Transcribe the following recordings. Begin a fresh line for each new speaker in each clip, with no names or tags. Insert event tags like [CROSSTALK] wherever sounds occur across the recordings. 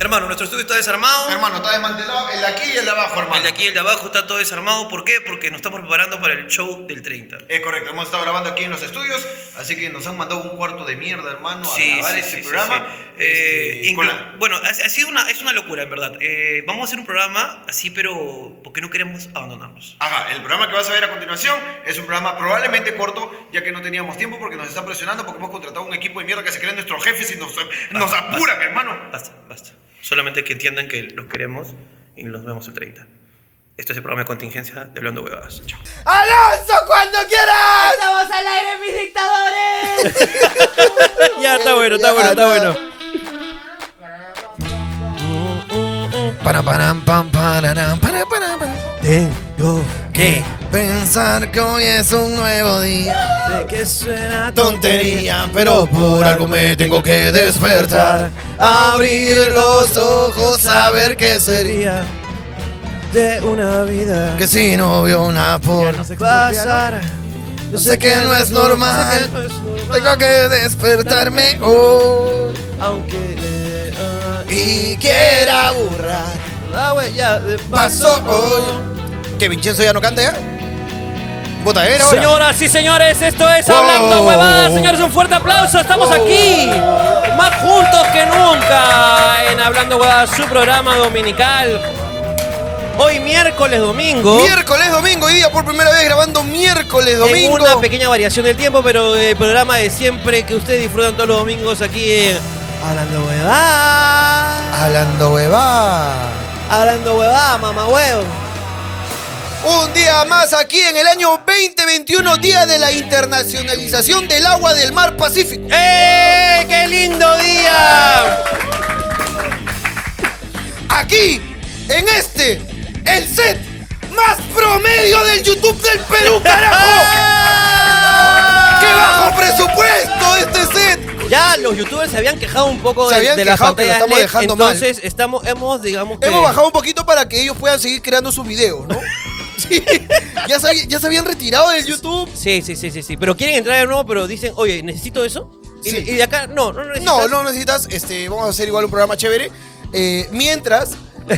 Hermano, nuestro estudio está desarmado.
Hermano, está desmantelado el de aquí y el de abajo, hermano.
El de aquí y el de abajo está todo desarmado. ¿Por qué? Porque nos estamos preparando para el show del 30.
Es correcto, hemos estado grabando aquí en los estudios, así que nos han mandado un cuarto de mierda, hermano, a grabar este programa.
sí. Eh,
Este, con
inclu-
la-
Bueno, ha, ha sido una, es una locura, en verdad. Eh, vamos a hacer un programa así, pero porque no queremos abandonarnos.
Ajá, el programa que vas a ver a continuación es un programa probablemente corto, ya que no teníamos tiempo porque nos están presionando porque hemos contratado un equipo de mierda que se creen nuestros jefes y nos, nos apuran, hermano.
Basta, basta. Solamente que entiendan que los queremos y nos vemos el 30. Esto es el programa de contingencia de Hablando Huevadas. Chao.
¡Alonso, cuando quieras!
¡Estamos al aire, mis dictadores!
Ya, está bueno, está bueno, está bueno.
Para, para, pam, para, [LAUGHS] para, para, para. Tengo que pensar que hoy es un nuevo día.
Sé que suena
Tontería, pero por algo me tengo que despertar. Abrir los ojos a ver qué sería.
tontería de una vida
Que si no vio una por.
pasar.
Yo sé que no es normal.
no es normal,
Tengo que despertarme hoy.
Aunque le ah,
Y quiera borrar.
la huella de
Pasó
paso
hoy. Que Vincenzo ya no canta ya. Bota ¿eh? era ahora.
Señoras y señores, esto es
Wow.
Hablando Huevadas. Señores, un fuerte aplauso. Estamos aquí, más juntos que nunca, en Hablando Huevadas, su programa dominical. Hoy miércoles, domingo.
Miércoles, domingo y día por primera vez grabando miércoles, domingo.
En una pequeña variación del tiempo, pero el programa de siempre que ustedes disfrutan todos los domingos aquí en Hablando Huevada.
Hablando huevada.
Hablando Huevada, mamá huevo.
Un día más aquí en el año 2021, día de la internacionalización del agua del mar Pacífico.
¡Eh! ¡Qué lindo día!
Aquí, en este, el set más promedio del YouTube del
[LAUGHS]
Perú,
¡Ah!
carajo. ¡Qué bajo presupuesto este set!
Ya los youtubers se habían quejado un poco
Se
de,
habían
de las
quejado que lo estamos
pantallas LED,
dejando mal.
entonces estamos, hemos, digamos que...
Hemos bajado un poquito para que ellos puedan seguir creando sus videos,
[LAUGHS]
¿no? Sí. Ya se, había- ya se habían retirado del YouTube.
Sí, sí, sí, sí, sí. Pero quieren entrar de nuevo, pero dicen, oye, necesito eso. Y,
Sí.
y de acá, no, no, no necesitas.
No, no necesitas. Este, vamos a hacer igual un programa chévere. Eh,
[LAUGHS]
mientras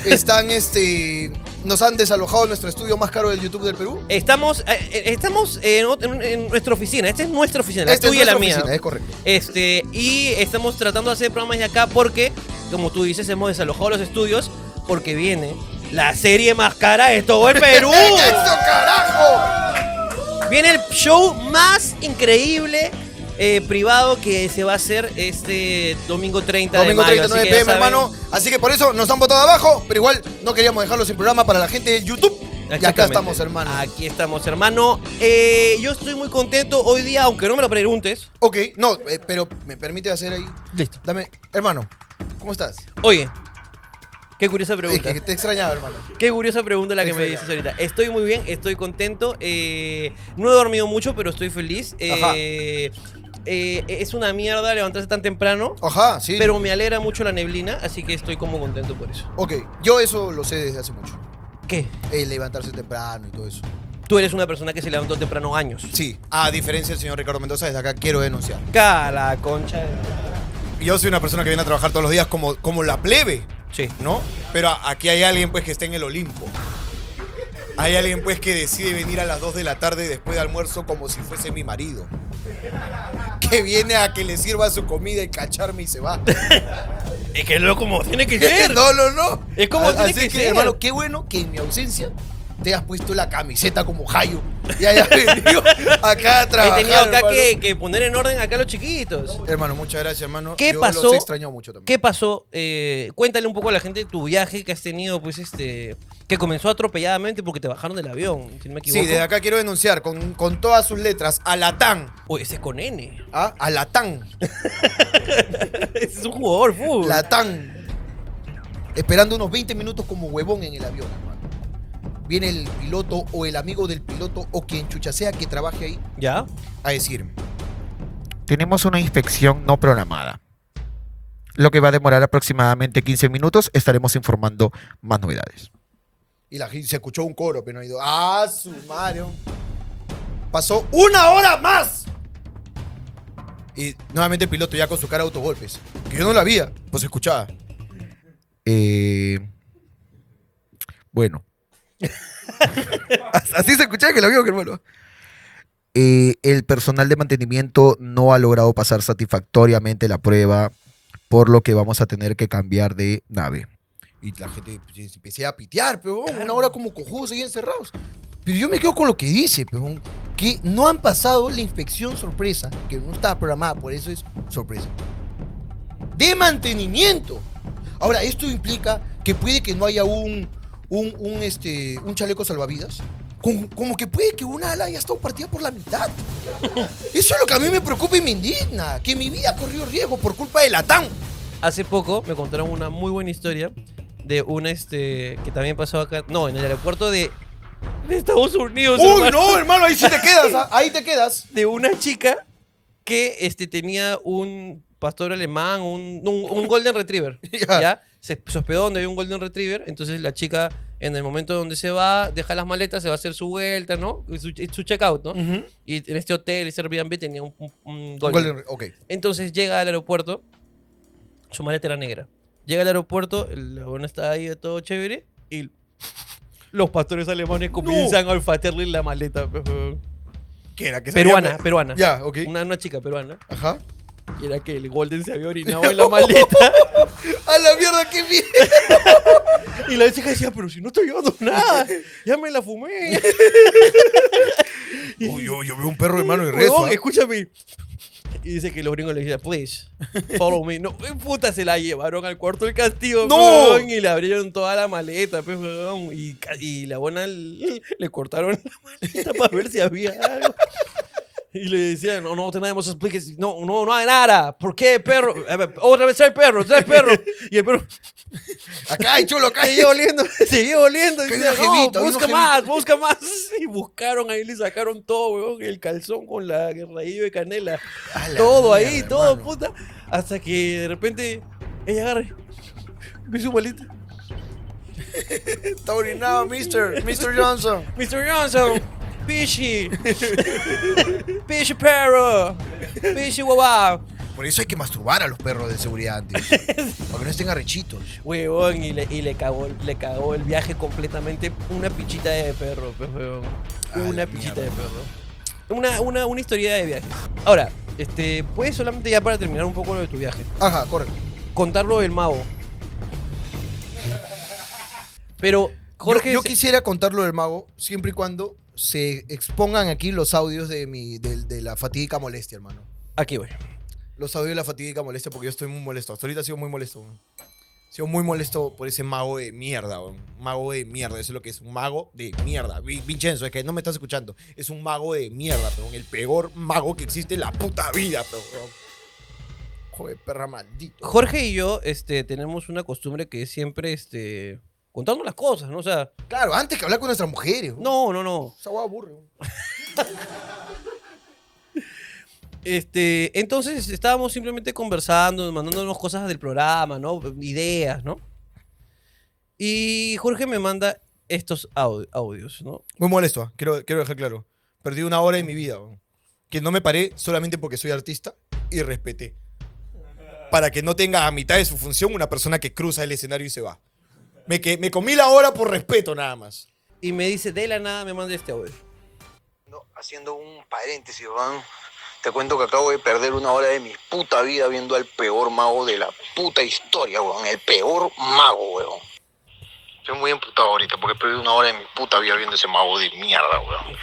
están, este, nos han desalojado nuestro estudio más caro del YouTube del Perú.
Estamos, eh, eh, estamos en, ot- en- en nuestra oficina. Esta es nuestra oficina, la
Esta es
tuya y la
nuestra
mía.
oficina, eh. es correcto.
Este, y estamos tratando de hacer programas de acá porque, como tú dices, hemos desalojado los estudios porque viene la serie más cara de todo el
[LAUGHS]
Perú.
¡Eso, carajo!
viene el show más increíble eh, privado que se va a hacer este domingo 30
Domingo
de mayo.
39
así que ya
pm,
saben.
hermano. Así que por eso nos han botado abajo, pero igual no queríamos dejarlo sin programa para la gente de YouTube. Y acá
Exactamente.
estamos, hermano.
Aquí estamos, hermano. Eh, yo estoy muy contento hoy día, aunque no me lo preguntes.
Ok, no, eh, pero me permite hacer ahí.
Listo.
Dame, hermano, ¿cómo estás?
Oye, qué curiosa
Es
pregunta.
que te extrañaba, hermano.
Qué curiosa pregunta la que me
Excelente.
dices ahorita. Estoy muy bien, estoy contento. eh, no he dormido mucho, pero estoy feliz. eh, eh, es una mierda levantarse tan temprano,
Ajá, sí.
pero me alegra mucho la neblina, así que estoy como contento por eso.
Ok, yo eso lo sé desde hace mucho.
¿Qué?
El levantarse temprano y todo eso.
Tú eres una persona que se levantó temprano años.
Sí, a diferencia del señor Ricardo Mendoza, desde acá quiero denunciar.
Cala, concha. de-
Yo soy una persona que viene a trabajar todos los días como, como la plebe,
Sí.
¿no? Pero a- aquí hay alguien pues que está en el Olimpo. Hay alguien pues que decide venir a las 2 de la tarde después de almuerzo como si fuese mi marido. Que viene a que le sirva su comida y cacharme y se
[LAUGHS]
va.
Es que es como tiene que ser.
[LAUGHS] No, no, no.
Es como
A-
tiene
Así
que
que,
ser.
hermano, qué bueno que en mi ausencia te has puesto la camiseta como Jayo. Y hayas [LAUGHS] venido acá a
He
trabajar.
tenido acá
hermano.
que, que poner en orden acá a los chiquitos.
Hermano, muchas gracias, hermano.
¿Qué
Yo
pasó?
Los extraño mucho también.
¿Qué pasó? Eh, cuéntale un poco a la gente tu viaje que has tenido, pues este. que comenzó atropelladamente porque te bajaron del avión, si no me equivoco.
Sí, desde acá quiero denunciar con, con todas sus letras a Latán.
Uy, ese es con N. [LAUGHS]
¿Ah? A Latán.
ese es un jugador, fútbol.
Latán. Esperando unos 20 minutos como huevón en el avión, hermano. Viene el piloto o el amigo del piloto o quien chucha sea que trabaje ahí
¿Ya?
a decirme.
Tenemos una inspección no programada. Lo que va a demorar aproximadamente 15 minutos, estaremos informando más novedades.
Y la gente se escuchó un coro, pero no ha ido. ¡Ah, su Mario! Pasó una hora más. Y nuevamente el piloto ya con su cara de autogolpes. Que yo no la vi, pues escuchaba.
Eh, bueno. [LAUGHS] Así se escuchaba que lo vio, hermano. Eh, el personal de mantenimiento no ha logrado pasar satisfactoriamente la prueba, por lo que vamos a tener que cambiar de nave.
Y la gente pues, se se empecé a pitear, pero una hora como cojudos ahí encerrados. Pero yo me quedo con lo que dice, pero que no han pasado la inspección sorpresa, que no estaba programada, por eso es sorpresa. De mantenimiento. Ahora, esto implica que puede que no haya un, un, un, este, un chaleco salvavidas. Como, como que puede que una ala haya estado partida por la mitad. Eso es lo que a mí me preocupa y me indigna, que mi vida ha corrido riesgo por culpa de Latam.
Hace poco me contaron una muy buena historia de un este que también pasó acá, no, en el aeropuerto de, de Estados Unidos.
Uy,
hermano.
no, hermano, ahí sí te quedas, ¿ah? ahí te quedas.
de una chica que este, tenía un pastor alemán, un, un- un golden retriever.
Ya.
[LAUGHS] ¿ya? Se, se hospedó donde había un golden retriever, entonces la chica en el momento donde se va, deja las maletas, se va a hacer su vuelta, ¿no? Su, su checkout, ¿no? Y en este hotel, ese Airbnb tenía un, un- un golden.
Golden- ok.
Entonces llega al aeropuerto, su maleta era negra. Llega al aeropuerto, el avión está ahí todo chévere y los pastores alemanes comienzan a olfatearle la maleta. pe, pe.
¿Qué era? ¿Que se
Peruana,
había-
peruana.
Ya, ok.
Una, una chica peruana.
Ajá.
Y era que el Golden se había orinado [LAUGHS] en la maleta.
A la mierda, qué bien.
y la chica decía, pero si no estoy llevando [LAUGHS] nada. Ya me la fumé.
Uy, yo, yo veo un perro, hermano, y rezo.
[LAUGHS] Huevón,
¿ah?
escúchame. Y dice que los gringos le decían, please, follow me. No, eh, puta, se la llevaron al cuarto del castigo.
¡No!
huevón, y le abrieron toda la maleta, pues, huevón. Y, ca- y la buena l- [LAUGHS] le cortaron la maleta para ver si había algo. Y le decían, no, no tenemos expliques. No, no, no hay nada. ¿Por qué, perro? A ver, Otra vez trae perro, trae perro. [LAUGHS] Y el perro
Acá, hay cholo, acá. hay-
seguía oliendo, [LAUGHS] seguía oliendo. Y
Que
decía,
una jevita, una
no, busca
jevita".
más, busca más. [LAUGHS] Y buscaron ahí, le sacaron todo, weón, el calzón con la el raíz de canela.
A la
Todo ahí,
mierda,
todo,
hermano.
puta. Hasta que de repente ella [LAUGHS] agarra, ve su maleta.
Está orinado, mister. Mr. Johnson.
Mr. [LAUGHS] Johnson, Pichi, [LAUGHS] Pichi Perro, Pichi Guabá.
Por eso hay que masturbar a los perros de seguridad antes. para que no estén arrechitos.
Weón, y le, y le cagó, le cagó el viaje completamente. Una pichita de perro, pues, weón. Una
Ay,
pichita
mierda.
de perro. Una, una, una historia de viajes. Ahora, este, puedes solamente ya para terminar un poco lo de tu viaje.
Ajá, corre.
Contarlo del mago. Pero, Jorge.
yo, yo
se-
quisiera contarlo del mago siempre y cuando se expongan aquí los audios de, mi, del- de la fatídica molestia, hermano.
Aquí voy.
Los audios de la fatídica molestia porque yo estoy muy molesto. Hasta ahorita sigo muy molesto. weón. Sigo muy molesto por ese mago de mierda, weón. Mago de mierda, eso es lo que es. Un mago de mierda. Vi- Vincenzo, es que no me estás escuchando. Es un mago de mierda, weón. El peor mago que existe en la puta vida, weón. Joder, perra maldito.
Jorge y yo este, tenemos una costumbre que es siempre este, contarnos las cosas, ¿no? O sea,
Claro, antes que hablar con nuestras mujeres, weón.
no, no, no.
Esa hueá aburre, weón.
Este, entonces estábamos simplemente conversando, mandándonos cosas del programa, ¿no? Ideas, ¿no? Y Jorge me manda estos au- audios, ¿no?
Muy molesto, ah, quiero, quiero dejar claro. Perdí una hora de mi vida, weón. que no me paré solamente porque soy artista y respeté. Para que no tenga a mitad de su función una persona que cruza el escenario y se va. Me, que, me comí la hora por respeto nada más.
Y me dice, de la nada me manda este audio.
No, haciendo un paréntesis, Juan, te cuento que acabo de perder una hora de mi puta vida viendo al peor mago de la puta historia, weón. El peor mago, weón. Estoy muy emputado ahorita porque he perdido una hora de mi puta vida viendo ese mago de mierda, weón.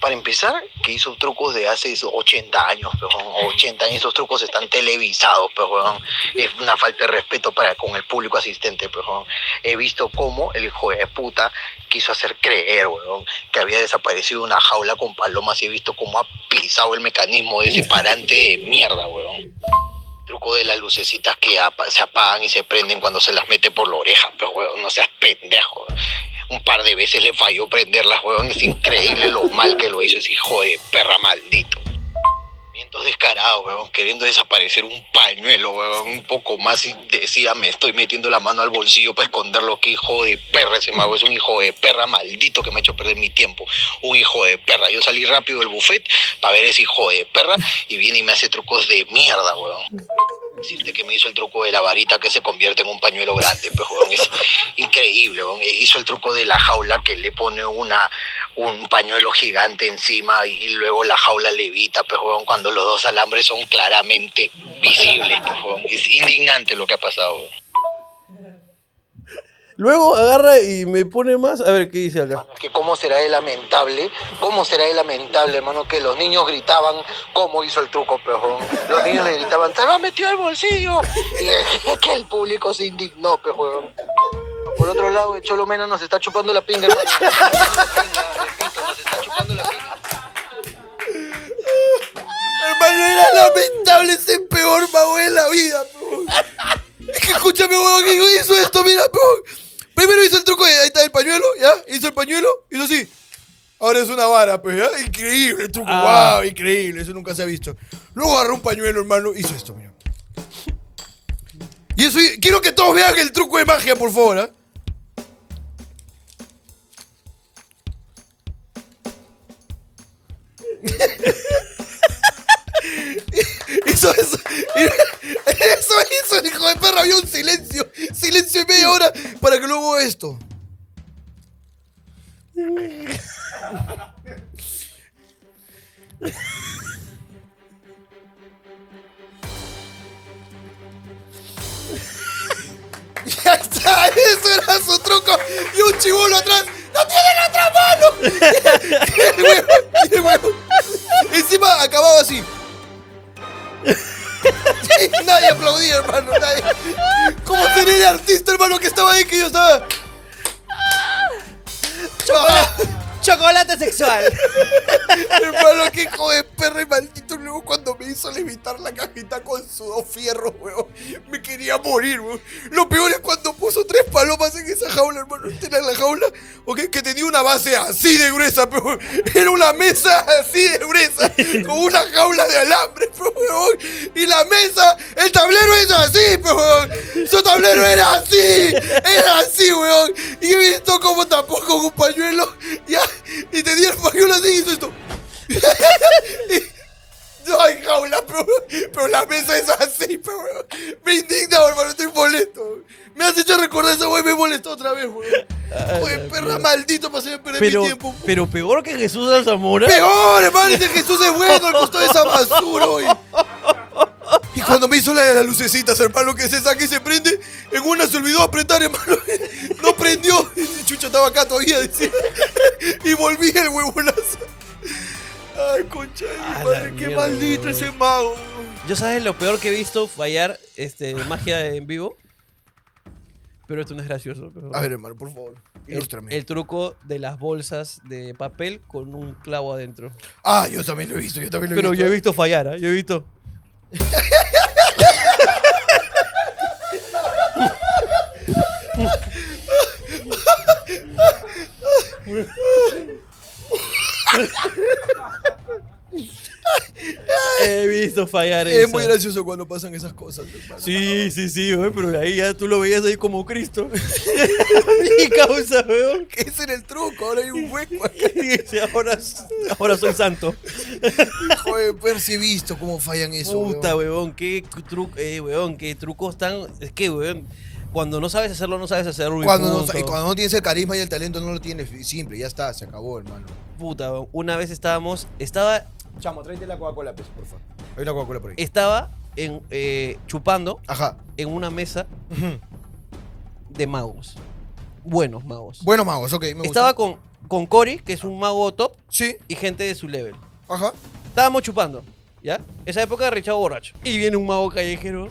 Para empezar, que hizo trucos de hace esos 80 años, weón. 80 años, esos trucos están televisados, pues, weón. Es una falta de respeto para con el público asistente, pues, weón. He visto cómo el hijo de puta quiso hacer creer, weón, que había desaparecido una jaula con palomas y he visto cómo ha pisado el mecanismo de ese parante de mierda, weón. Truco de las lucecitas que apa- se apagan y se prenden cuando se las mete por la oreja, pero weón, no seas pendejo. Un par de veces le falló prenderlas, weón. Es increíble lo mal que lo hizo ese hijo de perra maldito. Mientos descarados, weón, queriendo desaparecer un pañuelo, weón, un poco más y decía, me estoy metiendo la mano al bolsillo para esconderlo, que hijo de perra ese mago, es un hijo de perra maldito que me ha hecho perder mi tiempo, un hijo de perra. Yo salí rápido del buffet para ver ese hijo de perra y viene y me hace trucos de mierda, weón. decirte que me hizo el truco de la varita que se convierte en un pañuelo grande, pues, weón, es increíble, weón. E Hizo el truco de la jaula que le pone una, un pañuelo gigante encima y luego la jaula levita, pues, weón, cuando los dos alambres son claramente visibles, pues, weón. Es indignante lo que ha pasado, weón.
Luego agarra y me pone más. A ver, ¿qué dice acá?
que cómo será de lamentable, cómo será de lamentable, hermano, que los niños gritaban cómo hizo el truco, pejón. Los niños le gritaban, se lo metió al bolsillo. Y que el público se indignó, pejón. Por otro lado, el Cholo Mena nos está chupando la pinga, hermano. Nos está chupando la pinga, repito, nos está chupando la pinga.
Hermano, era lamentable, es el peor mago de la vida, po. Es que escúchame, weón, que hizo esto, mira, po. Primero hizo el truco, de- ahí está el pañuelo, ¿ya? Hizo el pañuelo, hizo así. Ahora es una vara, pues, ¿ya? Increíble el truco,
Ah.
wow, increíble, eso nunca se ha visto. Luego agarró un pañuelo, hermano, hizo esto, mira. Y eso, quiero que todos vean el truco de magia, por favor, ¿ah? [LAUGHS] Hizo eso. [LAUGHS] Eso hizo el hijo de perra. Había un silencio. Silencio y media hora para que luego esto. Ya está, eso era su truco. Y un chibolo atrás. ¡No tiene la otra mano! Y el huevo, y el huevo. Encima acababa así. [LAUGHS] Nadie aplaudía, hermano. Nadie. ¿Cómo sería el artista, hermano, que estaba ahí que yo estaba?
Chocolate sexual.
hermano, qué hijo de perro y maldito. Luego, cuando me hizo levitar la cajita con sus dos fierros, weón, me quería morir, weón. Lo peor es cuando puso tres palomas en esa jaula, hermano. Era la jaula, ok, que tenía una base así de gruesa, pero era una mesa así de gruesa, [LAUGHS] con una jaula de alambre, pero, weón. Y la mesa, el tablero es así, pero, weón. Su tablero era así, era así, weón. Y he visto como tapó con un pañuelo, ya, y tenía el pañuelo así y hizo esto. [LAUGHS] No hay jaula, pero, pero la mesa es así, pero me indigna, hermano, estoy molesto. Me has hecho recordar esa wey, me molestó otra vez, weón. Wey, perra maldito, pasé a perder
Pero,
mi tiempo.
pero peor que Jesús Alzamora.
Peor, hermano, dice Jesús es bueno al costado de esa basura, wey. Y cuando me hizo la de las lucecitas, hermano, que se saca y se prende, en una se olvidó apretar, hermano. [LAUGHS] No prendió. Ese chucho estaba acá todavía, decía. Y volví el huevonazo. Ay, concha de mi
A la
madre, qué
mierda,
maldito
weón.
ese mago, weón.
Yo sabes lo peor que he visto fallar este, magia en vivo. Pero esto no es gracioso. pero-
A ver, hermano, por favor,
el,
ilústrame.
el truco de las bolsas de papel con un clavo adentro.
ah, yo también lo he visto, yo también lo he
Pero yo
visto.
he visto fallar, ¿ah? Yo
[LAUGHS]
he visto. He visto fallar
Es
eso.
muy gracioso cuando pasan esas cosas, hermano.
Sí, sí, sí, güey, pero ahí ya tú lo veías ahí como Cristo. [LAUGHS] Mi causa, weón.
Que Ese era el truco, ahora hay un hueco acá.
Y dice, ahora, ahora soy santo.
Joder, pero sí he visto cómo fallan eso,
Puta,
weón.
weón, qué truco, eh, weón, qué trucos tan. Es que, weón, cuando no sabes hacerlo, no sabes hacerlo. y
Cuando no,
punto.
y cuando no tienes el carisma y el talento, no lo tienes. y Simple, ya está, se acabó, hermano.
Puta, weón, una vez estábamos, estaba,
Chamo, tráete la Coca-Cola, pues, por favor. Hay una Coca-Cola por ahí.
estaba en, eh, chupando
Ajá.
en una mesa
Ujú.
de magos. Buenos magos.
Bueno, magos, ok, me gusta.
estaba con, con Cory, que es un mago top,
Sí,
y gente de su level.
ajá.
Estábamos chupando, ¿ya? Esa época de Richard borracho. Y viene un mago callejero.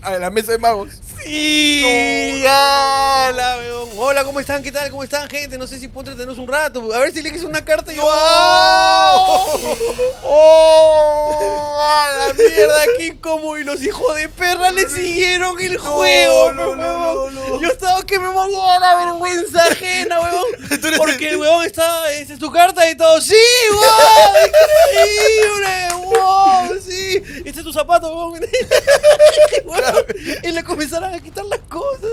A la mesa de magos.
¡Sí! ¡Hala, weón! Hola, ¿cómo están? ¿Qué tal? ¿Cómo están, gente? No sé si puedo entretenernos un rato. A ver si le quise una carta y yo. ¡Oh! ¡A la mierda! ¡Qué incómodo! Y los hijos de perra le siguieron el juego,
no,
weón.
no, no, no.
Yo estaba que me moría de la vergüenza
[LAUGHS]
ajena, weón. Porque el weón estaba. Esa es tu carta y todo. ¡Sí, weón! ¡Increíble! ¡Wow! ¡Sí! Este es tu zapato, weón. Bueno, y le comenzaron a quitar las cosas.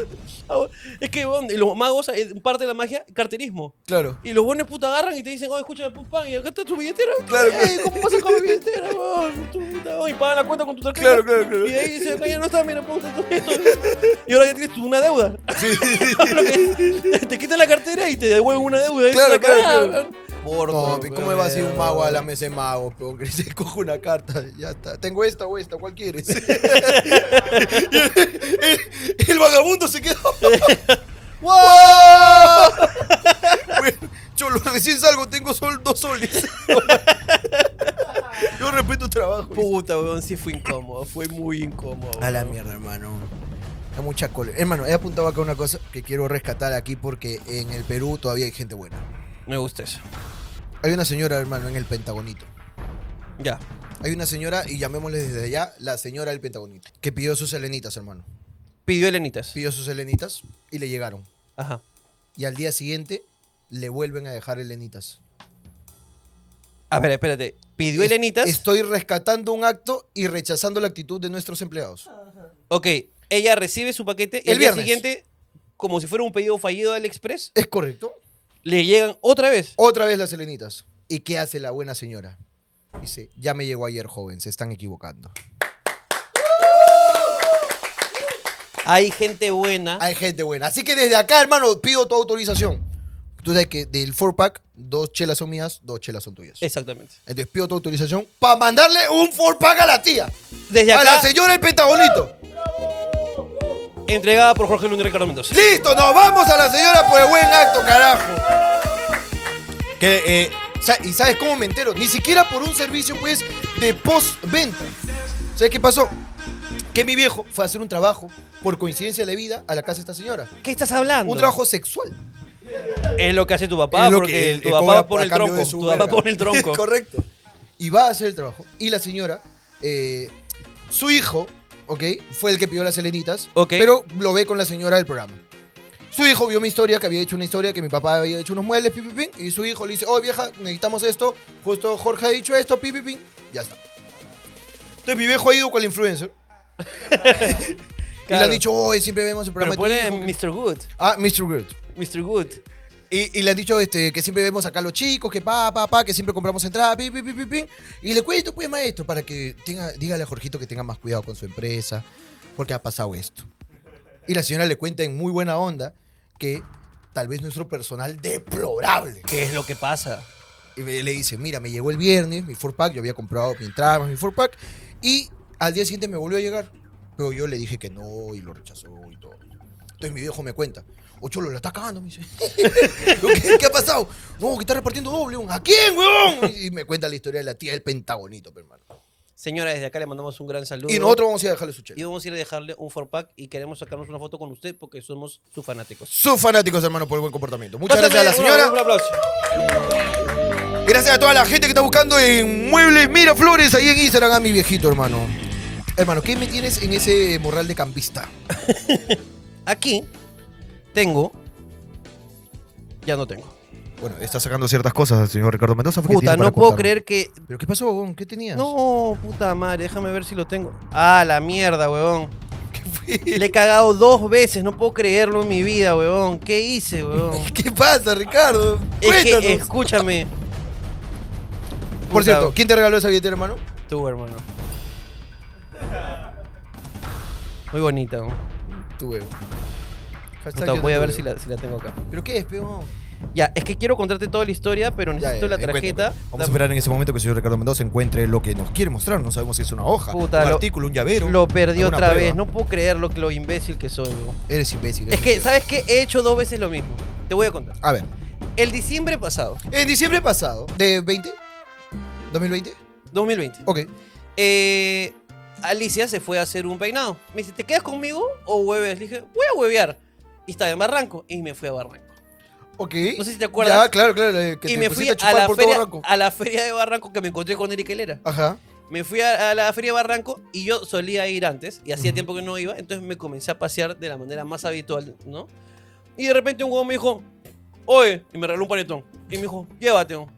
Ah, Es que, weón, y los magos, eh, parte de la magia, carterismo.
Claro.
Y los buenos puta agarran y te dicen, oh, escucha, pum, pan, y acá está tu billetera.
Claro,
Ey, ¿Cómo vas a sacar mi billetera, weón? Tu puta, weón. y pagan la cuenta con tu tarjeta.
Claro, claro, claro.
Y de ahí dice, oye, no está, mira, ponte todo esto. Y ahora ya tienes tú una deuda. [LAUGHS] Lo que- te quitan la cartera y te devuelven una deuda.
Claro,
Es una
claro,
cagada,
claro.
weón.
No,
Bordo,
pi,
weón.
¿cómo va a ser un mago a la mesa de mago? Pero que se coge una carta, ya está. Tengo esta o esta, ¿cuál quieres? [LAUGHS] el, el vagabundo se quedó. [LAUGHS] ¡Wow! Bueno, Cholo, recién salgo, tengo sol, dos [LAUGHS] soles. Yo respeto tu trabajo.
Puta, weón, sí fue incómodo. Fue muy incómodo.
A la
weón.
mierda, hermano. Hay mucha cólera. Hermano, he apuntado acá una cosa que quiero rescatar aquí porque en el Perú todavía hay gente buena.
Me gusta eso.
Hay una señora, hermano, en el Pentagonito.
Ya.
Hay una señora, y llamémosle desde allá, la señora del Pentagonito, que pidió sus helenitas, hermano.
Pidió Elenitas.
Pidió sus helenitas y le llegaron.
Ajá.
Y al día siguiente le vuelven a dejar helenitas.
A ver, espérate. ¿Pidió
Es-
Elenitas?
Estoy rescatando un acto y rechazando la actitud de nuestros empleados.
Ok. Ella recibe su paquete y
El
el día
viernes.
siguiente, como si fuera un pedido fallido del Express,
¿Es correcto?
le llegan otra vez.
Otra vez las helenitas. ¿Y qué hace la buena señora? Dice, ya me llegó ayer, joven, se están equivocando.
Hay gente buena.
Hay gente buena. Así que desde acá, hermano, pido tu autorización. Tú sabes que del 4-pack, dos chelas son mías, dos chelas son
Eh.
tuyas.
Exactamente.
Entonces pido tu autorización para mandarle un 4-pack a la tía.
Desde
A la
acá,
señora del Pentagonito.
entregada por Jorge Luis Ricardo Mendoza.
Listo, nos vamos a la señora por el buen acto, carajo. Que, eh, sa- ¿Y sabes cómo me entero? Ni siquiera por un servicio, pues, de post-venta. ¿Sabes qué pasó? Que mi viejo fue a hacer un trabajo, por coincidencia de vida, a la casa de esta señora.
¿Qué estás hablando?
Un trabajo sexual.
Es lo que hace tu papá,
Es lo que
porque
él-
tu
él
papá
cobra
pone
a
el
cambio
tronco.
de su
Tu papá
verga.
pone
[LAUGHS]
el tronco.
Correcto. Y va a hacer el trabajo. Y la señora, eh, su hijo, ¿ok? Fue el que pidió las helenitas.
Ok.
Pero lo ve con la señora del programa. Su hijo vio mi historia, que había hecho una historia, que mi papá había hecho unos muebles, pi, pi, pin, y su hijo le dice, oh vieja, necesitamos esto, justo Jorge ha dicho esto, pi, pi, pin, ya está. Entonces mi viejo ha ido con el
[LAUGHS]
influencer. Y le
Claro.
han dicho, oh, siempre vemos el
Pero
programa. de tu
pone
hijo".
Mr. Good.
Ah, Mr. Good.
Mr. Good.
Y, y le han dicho este, que siempre vemos acá a los chicos, que pa, pa, pa, que siempre compramos entradas, pi, pi, pi, pi, pi. Y le cuento, pues, maestro, para que tenga, dígale a Jorgito que tenga más cuidado con su empresa, porque ha pasado esto. Y la señora le cuenta en muy buena onda que tal vez nuestro personal deplorable.
¿Qué es lo que pasa?
Y me- le dice, mira, me llegó el viernes mi 4-pack, yo había comprado mi entrada, mi 4-pack, y al día siguiente me volvió a llegar. Pero yo le dije que no, y lo rechazó y todo. Entonces mi viejo me cuenta, o Cholo, la está cagando, me
[LAUGHS]
dice. Yo, ¿Qué, qué ha pasado? No, que está repartiendo doble, weón. ¿a quién, huevón? Y me cuenta la historia de la tía del pentagonito, pe, hermano.
Señora, desde acá le mandamos un gran saludo.
Y nosotros vamos a ir a dejarle su
Y
chela.
vamos a ir a dejarle un 4-pack y queremos sacarnos una foto con usted porque somos sus fanáticos.
Sus fanáticos, hermano, por el buen comportamiento. Muchas gracias a la
Pásame un- Un
señora.
aplauso.
Gracias a toda la gente que está buscando en Muebles Miraflores, ahí en Instagram, a mi viejito, hermano. Hermano, ¿qué me tienes en ese morral de campista?
Aquí tengo. Ya no tengo.
Bueno, está sacando ciertas cosas, señor Ricardo Mendoza. porque
Puta,
tiene para
no puedo
contar.
creer que
¿Pero qué pasó, huevón? ¿Qué tenías?
No, puta madre, déjame ver si lo tengo. Ah, la mierda,
[LAUGHS]
weón. Le he cagado dos veces, no puedo creerlo en mi vida, weón. ¿Qué hice, weón?
[LAUGHS] ¿Qué pasa, Ricardo?
es
Cuéntanos.
que, escúchame.
Por
Puta,
cierto, ¿quién te regaló esa billetera, hermano?
Tú, hermano. Muy bonita, weón.
Tu huevo. Hashtag
Puta,
yo te
voy a ver
huevo.
si la, si la tengo acá.
¿Pero qué es, peón?
Ya, es que quiero contarte toda la historia, pero
Ya,
necesito
ya,
la
ya,
tarjeta.
cuéntame. Vamos a esperar en ese momento que el señor Ricardo Mendoza encuentre lo que nos quiere mostrar. No sabemos si es una hoja,
Puta,
un
lo-
artículo, un llavero.
Lo perdí
alguna
otra
prueba.
vez, no puedo creer lo, que- lo imbécil que soy, weón.
Eres imbécil.
Es
eres
que,
imbécil.
¿sabes qué? He hecho dos veces lo mismo. Te voy a contar.
A ver.
El diciembre pasado,
En diciembre pasado, de 20, 2020,
2020,
ok.
eh, Alicia se fue a hacer un peinado. Me dice, ¿te quedas conmigo o hueves? Le dije, voy a huevear. Y estaba en Barranco. Y me fui a Barranco.
Ok.
No sé si te acuerdas.
Ya, claro, claro. eh, Que
y
te
me
pusiste
fui
a
a
chupar
la,
por
feria,
todo Barranco.
a la feria de Barranco que me encontré con Eric Helera.
Ajá.
Me fui a, a la feria de Barranco y yo solía ir antes. Y hacía
Ujú.
tiempo que no iba. Entonces me comencé a pasear de la manera más habitual, ¿no? Y de repente un huevón me dijo, oye, y me regaló un panetón. Y me dijo, llévate. oh".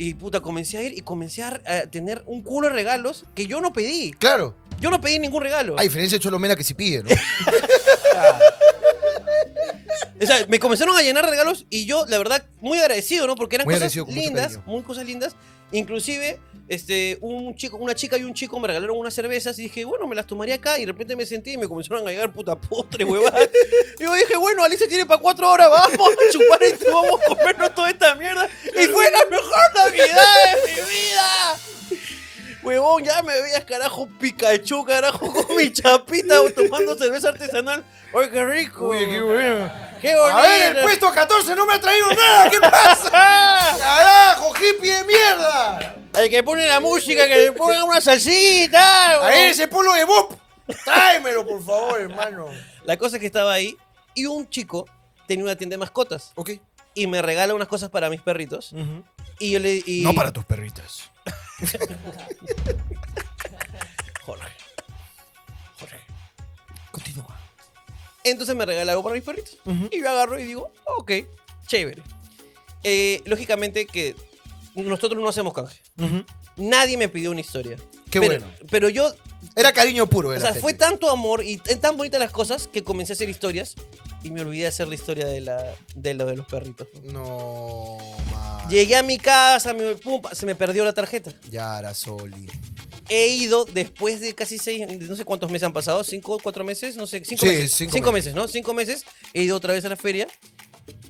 Y puta, comencé a ir y comencé a, a tener un culo de regalos que yo no pedí.
Claro.
Yo no pedí ningún regalo.
A diferencia de Cholomena que sí pide,
[LAUGHS]
¿no?
O sea, me comenzaron a llenar regalos y yo, la verdad, muy agradecido, ¿no? Porque eran
Muy
cosas
agradecido, con mucho
lindas,
cariño.
muy cosas lindas. Inclusive, este, un chico, una chica y un chico me regalaron unas cervezas y dije, bueno, me las tomaría acá. Y de repente me sentí y me comenzaron a llegar puta
[LAUGHS]
postre, huevada. Y yo dije, bueno, Alicia tiene para cuatro horas, vamos a chupar esto, vamos a comernos toda esta mierda. Y fue la mejor Navidad de mi vida. Huevón, ya me veías, carajo, Pikachu, carajo, con mi chapita tomando cerveza artesanal. Oye, qué rico. qué bueno. Qué bonito.
A ver, pues. el puesto 14 no me ha traído nada. ¿Qué
[LAUGHS]
pasa? ¡Carajo, hippie de mierda!
El que pone la música, que le pongan una salsita.
A ver, ese polo de Bob. Tráemelo, por favor, hermano.
La cosa es que estaba ahí y un chico tenía una tienda de mascotas
Ok.
y me regala unas cosas para mis perritos. Y yo le. y-
No para tus perritas.
Jorge. Jorge. Continúa. Entonces me regala algo para mis perritos. Y yo agarro y digo, ok, chévere. Eh, lógicamente que nosotros no hacemos canje. Nadie me pidió una historia.
Qué
Pero-
bueno.
Pero yo
Era cariño puro, ¿eh?
O
era.
sea,
gente.
fue tanto amor y t- tan bonitas las cosas que comencé a hacer historias y me olvidé de hacer la historia de, la, de lo de los perritos.
Ah. No, man.
Llegué a mi casa, me- pum, pa- se me perdió la tarjeta.
Yara Soli.
He ido después de casi seis, no sé cuántos meses han pasado, cinco, cuatro meses, no sé, cinco
Sí,
meses.
cinco
Cinco, meses. ¿no? Cinco meses. He ido otra vez a la feria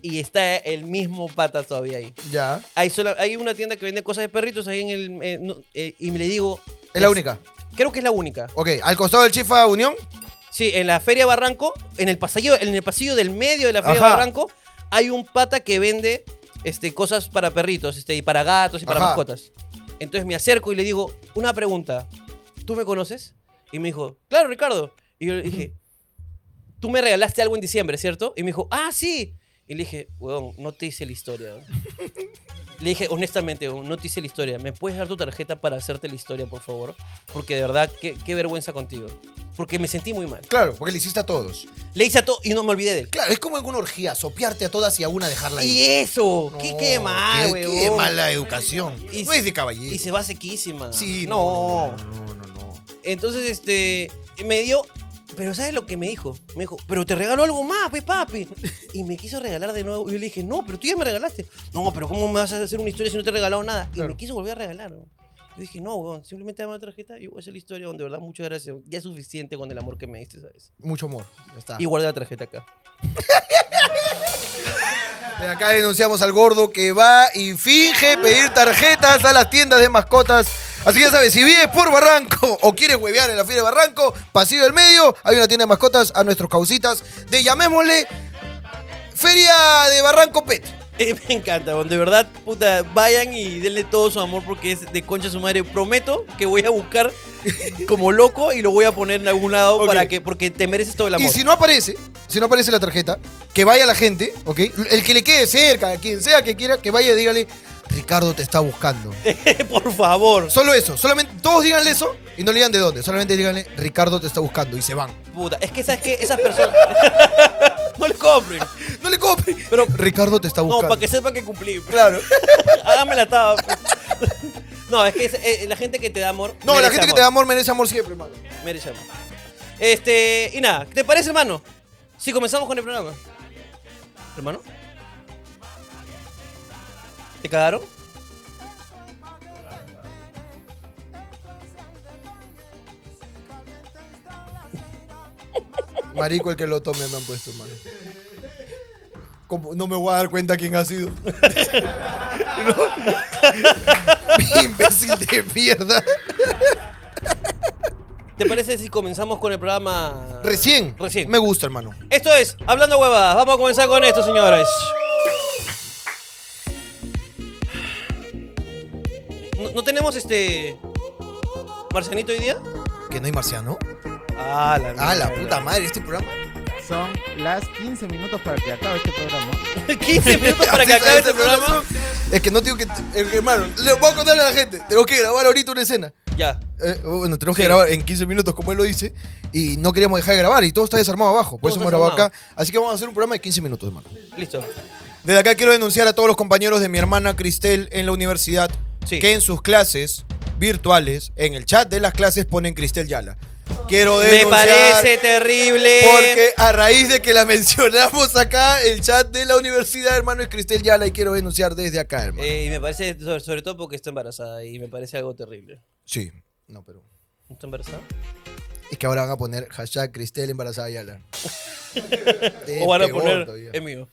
y está el mismo pata todavía ahí.
Ya.
Hay, sola- hay una tienda que vende cosas de perritos ahí en el... eh, no, eh, y me le digo...
Es la única.
Creo que es la única.
Ok, al costado del Chifa Unión.
Sí, en la Feria Barranco, en el pasillo, en el pasillo del medio de la Feria
Ajá.
Barranco, hay un pata que vende este, cosas para perritos, este, y para gatos y para
Ajá.
mascotas. Entonces me acerco y le digo, una pregunta, ¿tú me conoces? Y me dijo, claro, Ricardo. Y yo le dije, tú me regalaste algo en diciembre, ¿cierto? Y me dijo, ah, sí. Y le dije, weón, no te hice la historia. Le dije, honestamente, weón, no te hice la historia. ¿Me puedes dar tu tarjeta para hacerte la historia, por favor? Porque de verdad, qué, qué vergüenza contigo. Porque me sentí muy mal.
Claro, porque le hiciste a todos.
Le hice a todo y no me olvidé de él.
Claro, es como en una orgía, sopearte a todas y a una dejarla ahí.
Y eso, qué,
No,
qué mal,
qué-
weón.
Qué mala educación.
Y
no
se-
es de caballero.
Y se va sequísima.
Sí,
no.
No, no, no.
Entonces, este, me dio, pero ¿sabes lo que me dijo? Me dijo, pero te regalo algo más, pe, papi. Y me quiso regalar de nuevo. Y yo le dije, no, pero tú ya me regalaste. No, pero ¿cómo me vas a hacer una historia si no te he regalado nada? Y me quiso volver a regalar. weón. Yo dije, no, weón, simplemente dame la tarjeta y voy a hacer la historia donde, verdad, muchas gracias. weón. Ya es suficiente con el amor que me diste, ¿sabes?
Mucho amor. Ya está.
Y guardé la tarjeta acá.
De acá denunciamos al gordo que va y finge pedir tarjetas a las tiendas de mascotas. Así que ya sabes, si vives por Barranco o quieres huevear en la fiera de Barranco, pasillo del medio, hay una tienda de mascotas a nuestros causitas de llamémosle Feria de Barranco Pet.
Eh, me encanta, weón. de verdad, puta, vayan y denle todo su amor porque es de concha su madre. Prometo que voy a buscar como loco y lo voy a poner en algún lado para que, porque te mereces todo el amor.
Y si no aparece, si no aparece la tarjeta, que vaya la gente, ¿ok? El que le quede cerca, quien sea que quiera, que vaya y dígale, Ricardo te está
[LAUGHS]
buscando.
Por favor,
Solo eso, solamente, todos díganle eso y no le digan de dónde, solamente díganle, Ricardo te está buscando y se van.
puta. Es que sabes que esas personas. [LAUGHS] no le compren.
No le compre.
Pero.
Ricardo te está
No,
buscando.
para que sepa que cumplí. pues.
Claro.
[LAUGHS] Hágame la taba. [LAUGHS] No, es que es- eh, la gente que te da amor.
No, la
merece
gente que
amor.
te da amor merece amor siempre, hermano.
Merece amor. Este. Y nada, ¿te parece, hermano? Si comenzamos con el programa. ¿Hermano? ¿Te cagaron?
Marico el que lo tome me han puesto, hermano. Como- No me voy a dar cuenta quién ha sido. [LAUGHS] ¿No? Imbécil de mierda.
¿Te parece si comenzamos con el programa?
Recién.
Recién.
Me gusta, hermano.
Esto es, hablando huevadas, vamos a comenzar con esto, señores. ¿No, no tenemos este. Marcianito hoy día?
Que no hay marciano.
Ah, la
Ah, la puta madre, este programa.
Son las 15 minutos para que acabe este programa.
[LAUGHS] 15 minutos [LAUGHS] para que
Así
acabe
está
este programa.
Es que no tengo que. eh, Hermano, le voy a contarle a la gente. Tengo que grabar ahorita una escena.
Ya.
Eh, bueno, tenemos que grabar en 15 minutos, como él lo dice, y no queríamos dejar de grabar, y todo está desarmado abajo, por
Todo
eso
está
hemos grabado acá.
desarmado.
Así que vamos a hacer un programa de 15 minutos, hermano.
Listo.
Desde acá quiero denunciar a todos los compañeros de mi hermana Cristel en la universidad,
Sí.
que en sus clases virtuales, en el chat de las clases, ponen Cristel Yala. Quiero
Me
denunciar.
parece terrible.
Porque a raíz de que la [LAUGHS] mencionamos acá, el chat de la universidad, hermano, es Cristel Yala y quiero denunciar desde acá, hermano.
Eh, y me parece, sobre, sobre todo porque está embarazada y me parece algo terrible.
Sí, no, pero.
¿No ¿Está embarazada?
Es que ahora van a poner hashtag Cristel embarazada
[LAUGHS]
Yala. Este
O van a
Peor
poner,
todavía.
es mío.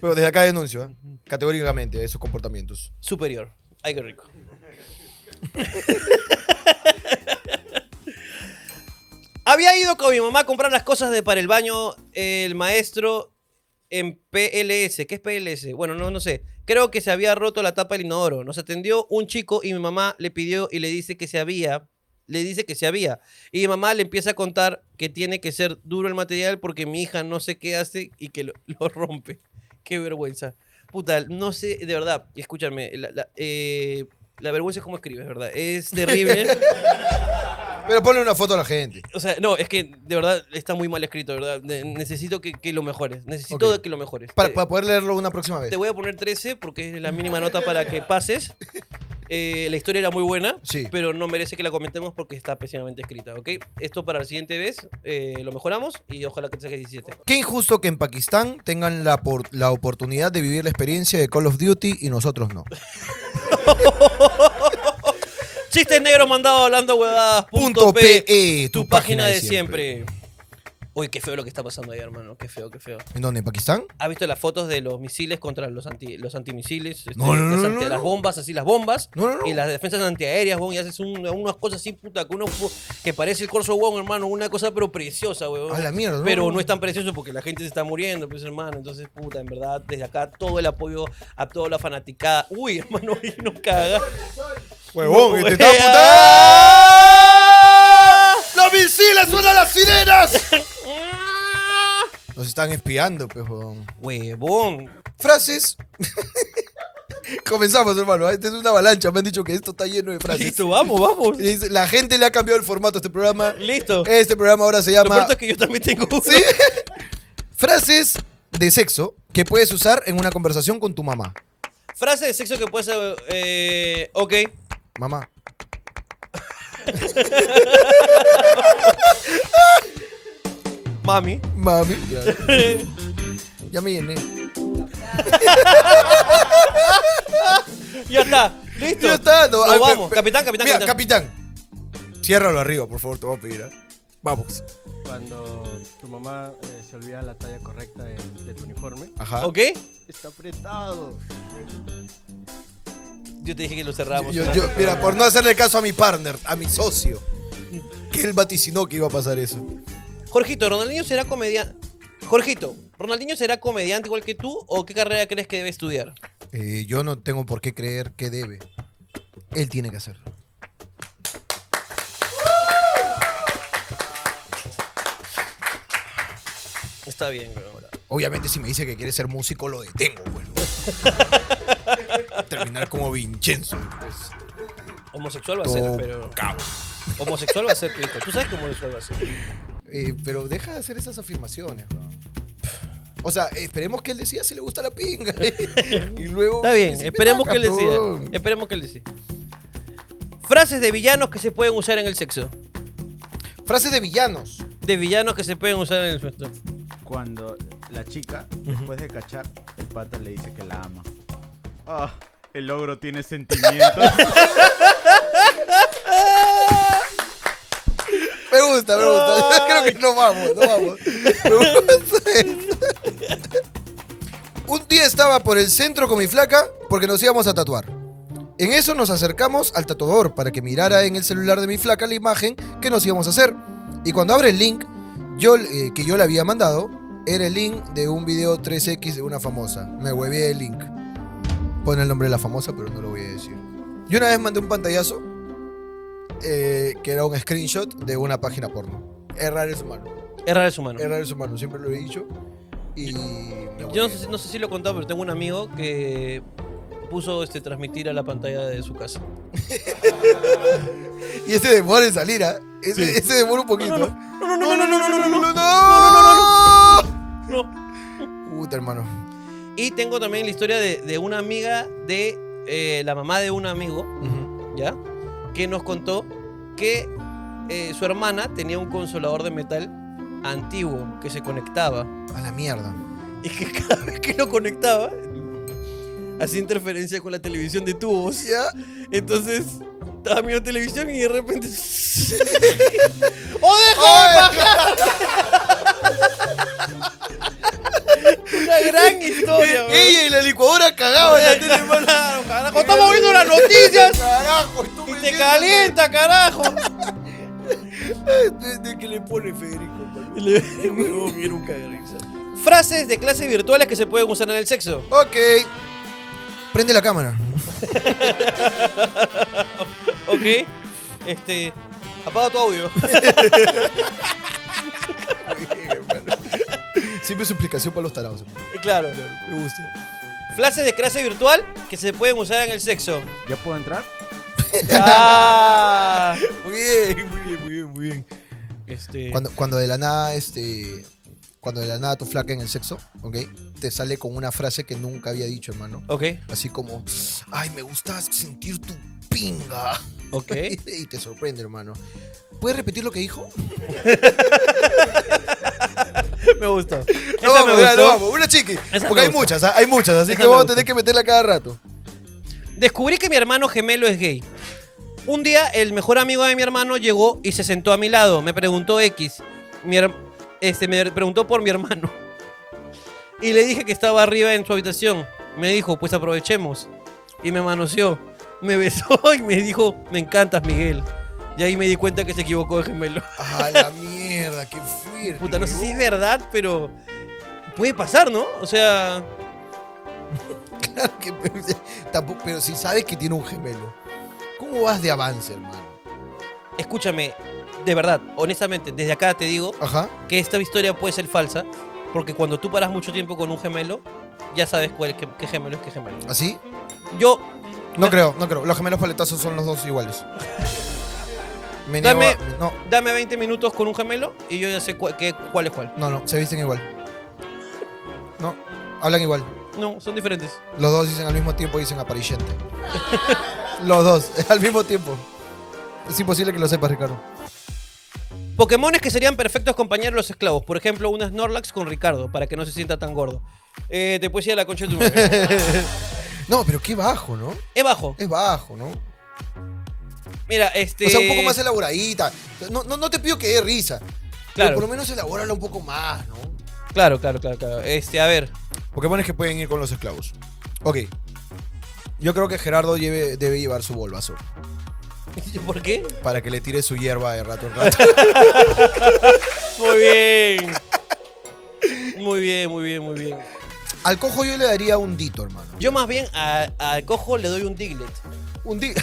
Pero desde acá denuncio, ¿eh? categóricamente, esos comportamientos.
Superior. Ay, qué rico. Había ido con mi mamá a comprar las cosas de para el baño el maestro en PLS. ¿Qué es PLS? Bueno, no, no sé. Creo que se había roto la tapa del inodoro. Nos atendió un chico y mi mamá le pidió y le dice que se había. Le dice que se había. Y mi mamá le empieza a contar que tiene que ser duro el material porque mi hija no sé qué hace y que lo- [LAUGHS] lo rompe. Qué vergüenza. Puta, no sé, de verdad, escúchame, la, la- eh, la vergüenza es cómo escribes, ¿verdad?
[LAUGHS]
Es terrible.
Pero ponle una foto a la gente.
o sea, no, es que de verdad está muy mal escrito, de ¿verdad? Ne- necesito que, que lo mejores, necesito
Ok.
que lo mejores.
Para,
Te-
para pues. poder leerlo una próxima vez.
te voy a poner 13 porque es la mínima nota para que pases. Eh, la historia era muy buena,
Sí.
pero no merece que la comentemos porque está pésimamente escrita, ¿ok? Esto para la siguiente vez eh, lo mejoramos y ojalá que te saques 17.
Qué injusto que en Pakistán tengan la, por- la oportunidad de vivir la experiencia de Call of Duty y nosotros no.
Chistes negros mandados este hablando huevadas.
Punto PE, eh,
tu página de siempre. Uy, qué feo lo que está pasando ahí, hermano. Qué feo, qué feo.
¿En dónde? ¿En Pakistán?
¿Has visto las fotos de los misiles contra los, anti, los antimisiles? Este,
No, no,
las,
no,
anti-
no,
las
no.
bombas, así las bombas.
No, no, no.
Y las defensas antiaéreas, weón. Y haces un- unas cosas así, puta, que uno pu- que parece el corso, weón, hermano. Una cosa pero preciosa, weón.
A la mierda, no,
Pero
no.
no es tan precioso porque la gente se está muriendo, pues, hermano. Entonces, puta, en verdad, desde acá todo el apoyo a toda la fanaticada. Uy, hermano, [LAUGHS] ahí no caga.
¡Huevón!
Huevea.
¡Te está
[LAUGHS]
ah, apuntando! ¡Los misiles suenan las sirenas! Nos están espiando, pues, huevón.
Huevón.
Frases. [LAUGHS] Comenzamos, hermano. ¿eh? Esta es una avalancha. Me han dicho que esto está lleno de frases.
Listo, vamos, vamos.
Y dice, La gente le ha cambiado el formato a este programa.
Listo.
Este programa ahora se
Lo
llama
cierto es que yo también tengo uno.
¿Sí? [LAUGHS] Frases de sexo que puedes usar en una conversación con tu mamá.
Frase de sexo que puede ser. Eh, ok.
Mamá.
Mami.
Mami. Ya, [LAUGHS] Ya me llené.
Ya está. Listo.
Ya está, no,
Nos
ay,
vamos.
pe- pe-
capitán, capitán,
Mira,
capitán.
capitán. Ciérralo arriba, por favor, te voy a pedir. ¿eh? Vamos.
Cuando tu mamá eh, se olvida la talla correcta de, de tu uniforme.
Ajá.
¿Ok?
Está apretado.
Yo te dije que lo cerramos.
Yo- yo- mira, por no hacerle caso a mi partner, a mi socio, que él vaticinó que iba a pasar eso.
Jorgito, Ronaldinho será comediante. Jorgito, ¿Ronaldinho será comediante igual que tú o qué carrera crees que debe estudiar?
Eh, yo no tengo por qué creer que debe. Él tiene que hacerlo.
Está bien, weón.
Obviamente si me dice que quiere ser músico lo detengo, güey.
[LAUGHS]
Terminar como Vincenzo. pues.
Homosexual va a ser, pero. Homosexual va a ser, Cristo. Tú sabes que homosexual va a ser.
Eh, pero deja de hacer esas afirmaciones, bro. O sea, esperemos que él decida si le gusta la pinga. [LAUGHS] y luego.
Está bien,
Sí,
esperemos
petaca,
que él decida.
bro.
Esperemos que él decida. Frases de villanos que se pueden usar en el sexo.
Frases de villanos.
De villanos que se pueden usar en el sexo.
Cuando la chica, después de cachar, el pata le dice que la ama. Ah, el ogro tiene sentimientos.
Me gusta, me gusta. [LAUGHS] Creo que no vamos, no vamos. Me gusta esto. Un día estaba por el centro con mi flaca porque nos íbamos a tatuar. En eso nos acercamos al tatuador para que mirara en el celular de mi flaca la imagen que nos íbamos a hacer. Y cuando abre el link yo, eh, que yo le había mandado, era el link de un video 3X de una famosa. Me huevé el link. Pone el nombre de la famosa, pero no lo voy a decir. Yo una vez mandé un pantallazo eh, que era un screenshot de una página porno. Errar es humano.
Errar es humano.
Errar es humano, siempre lo he dicho. Y. me
Yo no
aburrí.
sé, si- no sé si lo he contado, pero tengo un amigo que puso este transmitir a la pantalla de su casa.
Y ese demora en salir, ¿ah? Ese, ese demora un poquito. No, no, no, no, no, no, no, no, no, no, Puta, hermano.
Y tengo también la historia de, de una amiga de eh, la mamá de un amigo, ¿ya? Que nos contó que eh, su hermana tenía un consolador de metal antiguo que se conectaba
A la mierda.
y que cada vez que lo conectaba hacía interferencia con la televisión de tubos. Entonces estaba viendo televisión y
[LAUGHS]
de repente. ¡Oh, deja de bajar! [LAUGHS] Una
[LAUGHS]
gran historia, weón.
Ella y la licuadora cagaba en la tele, hermano.
Carajo, estamos viendo las noticias
Carajo, tú
y
me
te
entiendes?
calienta, carajo.
¿De- de qué le pone Federico?
Y le- huevón, era un cagarrisa. Frases de clases virtuales que se pueden usar en el sexo.
Ok. Prende la cámara.
Ok. Este. Apaga tu audio.
Siempre su explicación para los tarados.
claro.
Me gusta.
Frases de clase virtual que se pueden usar en el sexo.
[LAUGHS] ¿Ya puedo entrar?
Ah.
Muy bien, muy bien, muy bien, muy bien.
Este.
Cuando, cuando de la nada, este. Cuando de la nada tu flaca en el sexo, ¿ok? Te sale con una frase que nunca había dicho, hermano.
Ok,
Así como, ay, me gusta sentir tu pinga.
ok.
y te sorprende, hermano. ¿Puedes repetir lo que dijo?
me gustó.
No,
Esa me
vamos, ya, no,
gustó.
vamos. Una chiqui.
Esa
Porque
me
hay
gustó.
muchas, ¿ah? hay muchas. Así
Esa
que
me
vamos a
gustó.
tener que meterla cada rato.
Descubrí que mi hermano gemelo es gay. Un día, el mejor amigo de mi hermano llegó y se sentó a mi lado. Me preguntó X. Mi her- este, me preguntó por mi hermano. Y le dije que estaba arriba en su habitación. Me dijo, pues aprovechemos. Y me manoseó. Me besó [LAUGHS] y me dijo, me encantas, Miguel. Y ahí me di cuenta que se equivocó de gemelo. [LAUGHS]
A la mierda, qué fuerte.
Puta, no sé si
huevón.
es verdad, pero puede pasar, ¿no? O sea,
Claro [LAUGHS] que- tampoco- pero si sabes que tiene un gemelo, ¿cómo vas de avance, hermano?
escúchame, de verdad, honestamente, desde acá te digo
Ajá.
que esta historia puede ser falsa, porque cuando tú paras mucho tiempo con un gemelo, ya sabes cuál qué, qué gemelo es qué gemelo.
¿Así?
Yo,
No creo, no creo. Los gemelos paletazos son los dos iguales. Me niego
Dame-
a- no,
dame 20 minutos con un gemelo y yo ya sé cuál, qué- cuál es cuál.
no, no. Se visten igual. No. Hablan igual.
No, son diferentes.
Los dos dicen al mismo tiempo, dicen
[LAUGHS]
aparillente. los dos, [LAUGHS] al mismo tiempo. Es imposible que lo sepas, Ricardo.
Pokémones que serían perfectos compañeros de los esclavos. Por ejemplo, un Snorlax con Ricardo, para que no se sienta tan gordo. Eh, te puedes ir a la concha de tu madre.
[LAUGHS] No, pero qué bajo, ¿no?
Es bajo.
Es bajo, ¿no?
Mira, este...
O sea, un poco más elaboradita. No, no, no te pido que dé risa. Pero
Claro.
por lo menos elabórala un poco más, ¿no?
Claro, claro, claro, claro. Este, a ver. [LAUGHS]
Pokémon que pueden ir con los esclavos. Ok. Yo creo que Gerardo lleve- debe llevar su bolvazo
¿Por qué?
para que le tire su hierba de rato en [LAUGHS] rato.
Muy bien. Muy bien, muy bien, muy bien.
Al cojo yo le daría un dito, hermano.
Yo más bien a- al cojo le doy un diglet.
Un dito.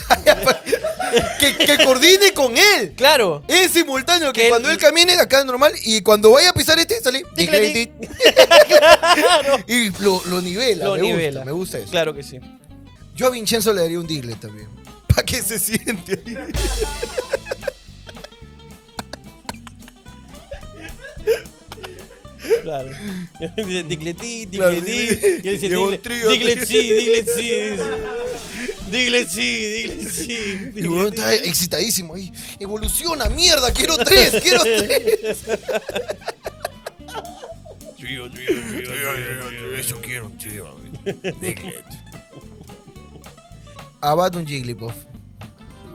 [LAUGHS] que, que coordine con él.
Claro.
Es simultáneo, que,
Que él-
cuando él camine acá normal y cuando vaya a pisar este, sale.
Ticleti. [LAUGHS]
y lo, lo nivela.
Lo
me
nivela.
Gusta, me gusta eso.
Claro que sí.
Yo a Vincenzo le daría un Diglett también. [LAUGHS] ¿Para qué se siente ahí?
Claro. [LAUGHS] Dice, Digletí,
Claro,
digletí.
diglet-
Y él dice
llegó un
diglet-
trío.
diglet sí, diglet sí. [LAUGHS] dice. Diglet sí, diglet sí.
Y bueno,
diglet sí.
está excitadísimo ahí. Evoluciona, mierda, quiero tres, quiero tres. Eso quiero, tío. Diglett. Abad un Ah, Jigglypuff.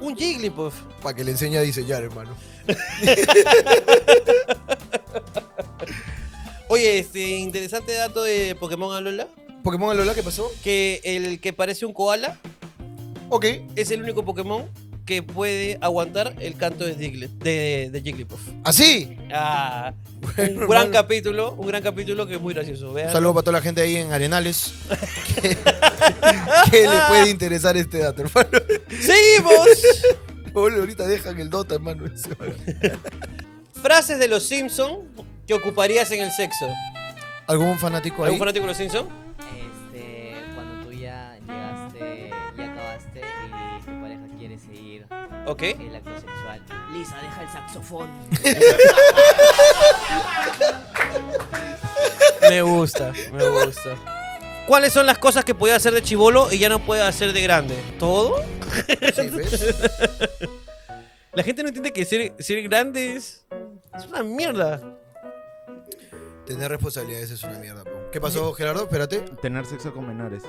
Un Jigglypuff.
Para que le enseñe a diseñar, hermano.
Oye, este interesante dato de Pokémon Alola.
Pokémon Alola, ¿qué pasó?
Que el que parece un koala
Ok.
es el único Pokémon que puede aguantar el canto de, Diglett, de, de Jigglypuff.
Así.
Ah, un
Bueno,
gran
hermano.
capítulo, un gran capítulo que es muy gracioso.
Un
Vean.
saludo para toda la gente ahí en Arenales. [LAUGHS] que, que le puede interesar este dato, hermano. [LAUGHS]
¡Seguimos!
Ole, ahorita dejan el Dota, hermano. [LAUGHS] ese, hermano.
Frases de los Simpsons que ocuparías en el sexo.
¿Algún fanático ahí?
¿Algún fanático de los Simpsons?
Este, cuando tú ya llegaste este, y acabaste y tu pareja quiere seguir
Ok.
el acto sexual, Lisa, deja el saxofón.
Me gusta, me gusta. ¿Cuáles son las cosas que podía hacer de chivolo y ya no puede hacer de grande? ¿Todo?
Sí, ¿ves?
La gente no entiende que ser, ser grande es, es una mierda.
Tener responsabilidades es una mierda. po. ¿Qué pasó, Gerardo? Espérate.
Tener sexo con menores.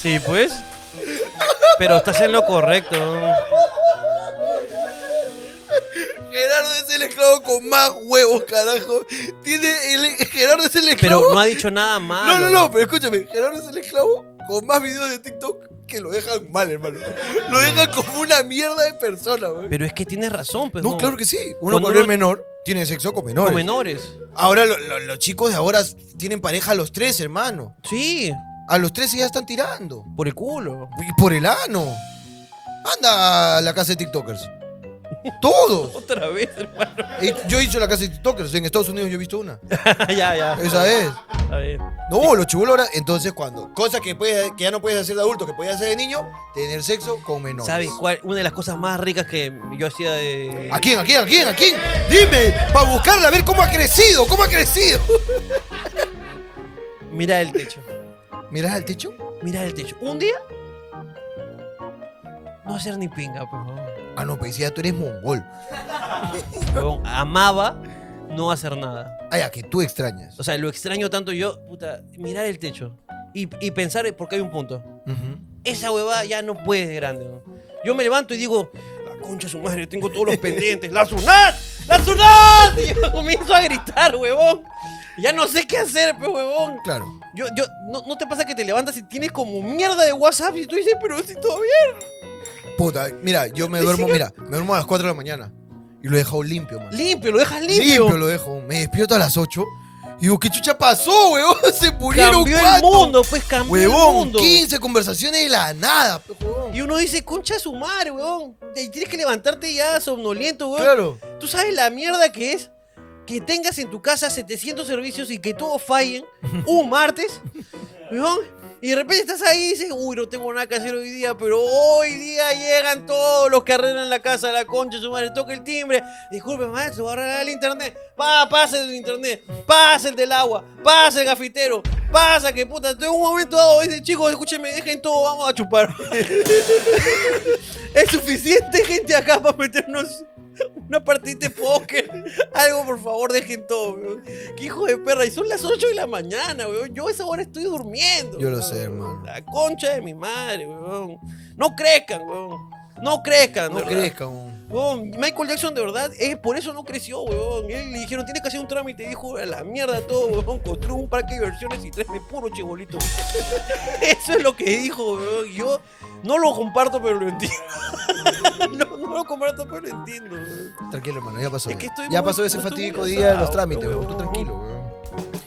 Sí, pues. Pero estás en lo correcto.
Gerardo es el esclavo con más huevos, carajo. Tiene el, Gerardo es el
Pero
esclavo.
no ha dicho nada malo.
Ah, no, no, no, pero escúchame. Gerardo es el esclavo con más videos de TikTok que lo dejan mal, hermano. Lo dejan como una mierda de persona, güey.
Pero es que tienes razón, pues.
No, claro que sí. Uno
Cuando
cuando es
uno-
menor tiene sexo con menores.
Con menores.
Ahora lo- lo- los chicos de ahora tienen pareja a los tres, hermano.
Sí,
A los tres ya están tirando.
por el culo.
Y por el ano. Anda a la casa de TikTokers. Todos.
Otra vez, hermano.
Eh, Yo he hecho la casa de TikTokers. En Estados Unidos yo he visto una.
[LAUGHS] ya, ya.
Esa es.
Está bien.
No, los chibolos ahora. Entonces, cuando. Cosas que, puedes- que ya no puedes hacer de adulto, que podías hacer de niño, tener sexo con menores.
¿Sabes cuál? Una de las cosas más ricas que yo hacía de.
¿A quién? ¿A quién? ¿A quién? ¿A quién? Dime, para buscarla, a ver cómo ha crecido, cómo ha crecido.
Mirar el techo.
¿Mirás al techo?
Mirar el techo. Un día. No hacer ni pinga, pues. huevón.
Ah, no, pensé, tú eres mongol.
Huevón, Amaba no hacer nada.
Ah, ya, que tú extrañas.
O sea, lo extraño tanto yo, puta, mirar el techo. Y, y pensar, porque hay un punto.
Ujú.
Esa huevada ya no puede de grande. ¿no? Yo me levanto y digo, la concha de su madre, tengo todos los pendientes. ¡La Sunat! ¡La Sunat! [LAUGHS] Y yo comienzo a gritar, huevón. Ya no sé qué hacer, pues, huevón.
Claro.
Yo, yo, ¿no, ¿No te pasa que te levantas y tienes como mierda de WhatsApp y tú dices, pero si todavía
Puta, mira, yo me duermo, mira, me duermo a las 4 de la mañana y lo he dejado limpio, man.
limpio, lo dejas limpio.
Limpio lo dejo. Me despierto a las 8 y digo, ¿qué chucha pasó, weón? [LAUGHS] Se murieron
cambió el
cuatro.
mundo, pues cambió el
Huevón,
mundo.
15 conversaciones de la nada, pe, huevón.
Y uno dice, concha de su madre, huevón. Y tienes que levantarte ya somnoliento, huevón.
Claro.
¿Tú sabes la mierda que es que tengas en tu casa 700 servicios y que todos fallen un martes? weón? Y de repente estás ahí y dices, uy, no tengo nada que hacer hoy día, pero hoy día llegan todos los que arreglan la casa, la concha, su madre, toca el timbre. Disculpe, maestro, va a arreglar el internet. Va, pasa el internet, pasa el del agua, pasa el gafitero, pasa que puta, en un momento dado dice, chicos, escúchenme, dejen todo, vamos a chupar. es suficiente gente acá para meternos una partida de póker. Algo, por favor, dejen todo, weón. Qué hijo de perra. Y son las 8 de la mañana, weón. Yo a esa hora estoy durmiendo.
Yo lo
weón.
sé, hermano.
La concha de mi madre, weón. No crezcan, weón. No crezcan, de
No
verdad.
crezca, weón.
Weón, Michael Jackson de verdad, eh, por eso no creció, weón. Él le dijeron, tienes que hacer un trámite, y dijo, a la mierda todo, weón. Construyó un parque de diversiones y tráeme puro chibolito. [LAUGHS] eso es lo que dijo, weón. Yo no lo comparto, pero lo entiendo. [LAUGHS] no, no lo comparto, pero lo entiendo, weón.
Tranquilo, hermano, ya pasó.
Es que estoy
ya
muy-
pasó ese
estoy
fatídico
muy
día de los
cansado,
trámites,
weón.
weón. Tú tranquilo, weón.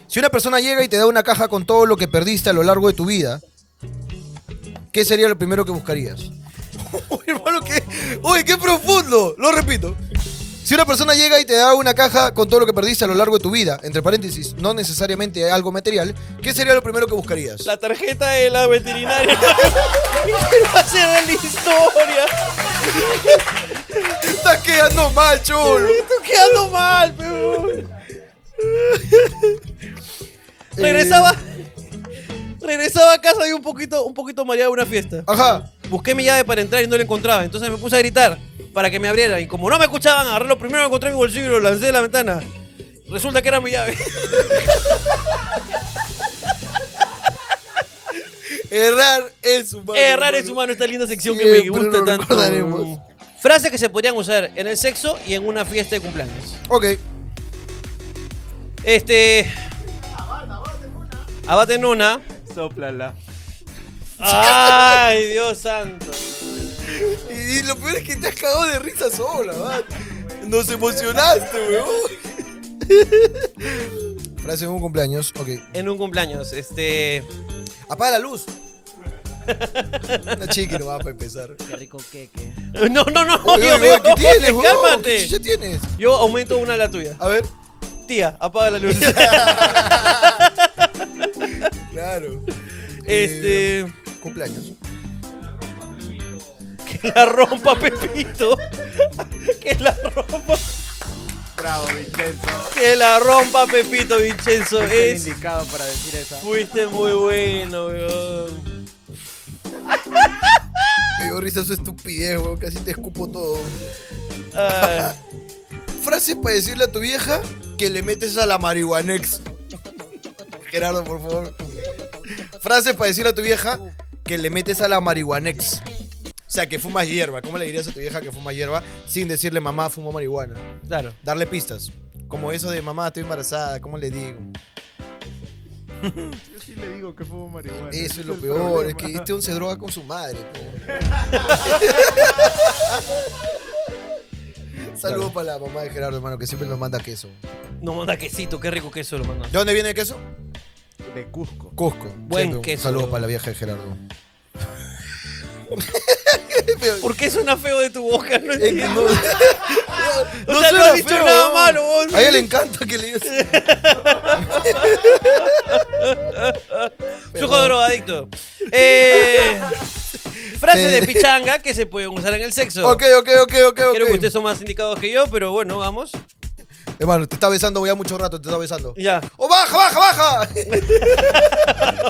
Si una persona llega y te da una caja con todo lo que perdiste a lo largo de tu vida, ¿qué sería lo primero que
[LAUGHS]
buscarías? Uy, hermano, qué. Uy, qué profundo. Lo repito. Si una persona llega y te da una caja con todo lo que perdiste a lo largo de tu vida, entre paréntesis, no necesariamente algo material, ¿qué sería lo primero que buscarías?
La tarjeta de la veterinaria. [LAUGHS] Va a ser de la historia.
está quedando mal, chulo.
Estoy quedando mal, weón. [LAUGHS] regresaba. Regresaba a casa y un poquito, un poquito mareado de una fiesta.
Ajá.
Busqué mi llave para entrar y no la encontraba. Entonces me puse a gritar para que me abrieran. Y como no me escuchaban, agarré lo primero que encontré en mi bolsillo y lo lancé de la ventana. Resulta que era mi llave.
Errar es humano.
Errar es
hermano.
humano, esta linda sección que me
Siempre
gusta
lo recordaremos.
tanto. Frases que se podrían usar en el sexo y en una fiesta de cumpleaños.
Ok.
Este. Abaten una.
Sóplala.
Ay, Dios santo.
Y, y lo peor es que te has cagado de risa sola, va. Nos emocionaste, weón. Frase de un cumpleaños, ok.
En un cumpleaños, este.
Apaga la luz. Una chica no va para empezar.
Qué rico queque.
No, no, no,
Oye, oye,
Dios mío,
¿Qué tienes, weón? ¿Qué
[LAUGHS] cálmate.
chucha tienes?
Yo aumento una a la tuya.
A ver.
Tía, apaga la luz.
[LAUGHS] Claro. Eh,
este.
cumpleaños.
Que [LAUGHS] la rompa, Pepito. [LAUGHS] Que la rompa.
Bravo, Vincenzo.
Que la rompa, Pepito, Vincenzo.
Es
Es.
el indicado para decir esa.
Fuiste muy bueno, weón.
Eh, dio risa su estupidez, weón. Casi te escupo todo.
Ah,
Frases para decirle a tu vieja que le metes a la marihuanex. Gerardo, por favor. Frases para decirle a tu vieja que le metes a la marihuanex. O sea, que fumas hierba. ¿Cómo le dirías a tu vieja que fuma hierba sin decirle mamá, fumo marihuana?
claro.
Darle pistas. Como eso de mamá, estoy embarazada, ¿cómo le digo?
Yo sí le digo que fumo marihuana.
Eso
Ese
es lo
el
peor, es que
problema.
este un se droga con su madre.
[LAUGHS]
Saludos para la mamá de Gerardo, hermano, que siempre nos manda queso.
No manda quesito, qué rico queso lo manda.
¿De dónde viene el queso?
De Cusco.
Cusco.
Buen
Siempre un
queso,
Saludos
bro.
para la vieja de Gerardo.
¿Por qué suena feo de tu boca? No
Eh, que
entiendo.
no-
[LAUGHS] O
no
sea, no
suena
has dicho
feo,
nada
weón.
malo, vos.
A ella le encanta que le digas.
Sujo drogadicto. Eh, frase
Sí.
de pichanga que se pueden usar en el sexo.
Ok, ok, ok, ok, ok.
Creo que ustedes son más indicados que yo, pero bueno, vamos.
Hermano, te está besando, voy a mucho rato, te está besando.
Ya.
¡Oh, baja, baja, baja!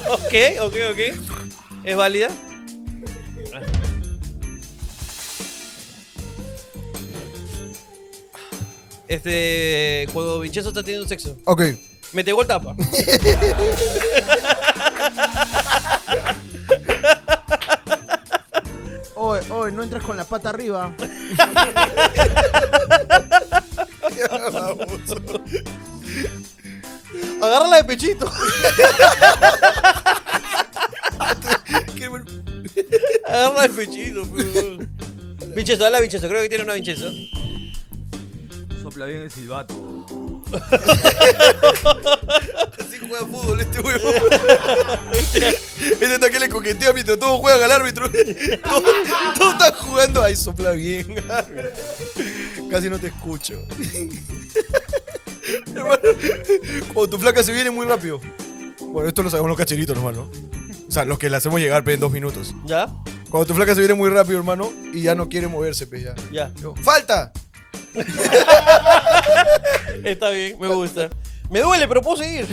Ok, ok, ok. ¿Es válida? Este. Cuando Vincenzo está teniendo sexo,
ok.
mete gol tapa.
Oye, oye, no entras con la pata arriba.
Agárrala de pechito. Qué bueno.
Agarra el pechito, pues. weón. Vincenzo, dale a Vincenzo, creo que tiene una Vincenzo.
Sopla bien el silbato.
Así [LAUGHS] juega fútbol este huevo.
[LAUGHS]
este está que le coquetea mientras todos juegan al árbitro. [LAUGHS] todos, todos están jugando. Ay, sopla bien. [LAUGHS] Casi no te escucho. [LAUGHS] hermano, cuando tu flaca se viene muy rápido. Bueno, esto lo sabemos los cacheritos, hermano. O sea, los que le hacemos llegar pe, en dos minutos.
¿Ya?
Cuando tu flaca se viene muy rápido, hermano, y ya no quiere moverse, pe, ya.
Ya.
Yo, ¡Falta!
Está bien, me gusta. Me duele, pero puedo seguir.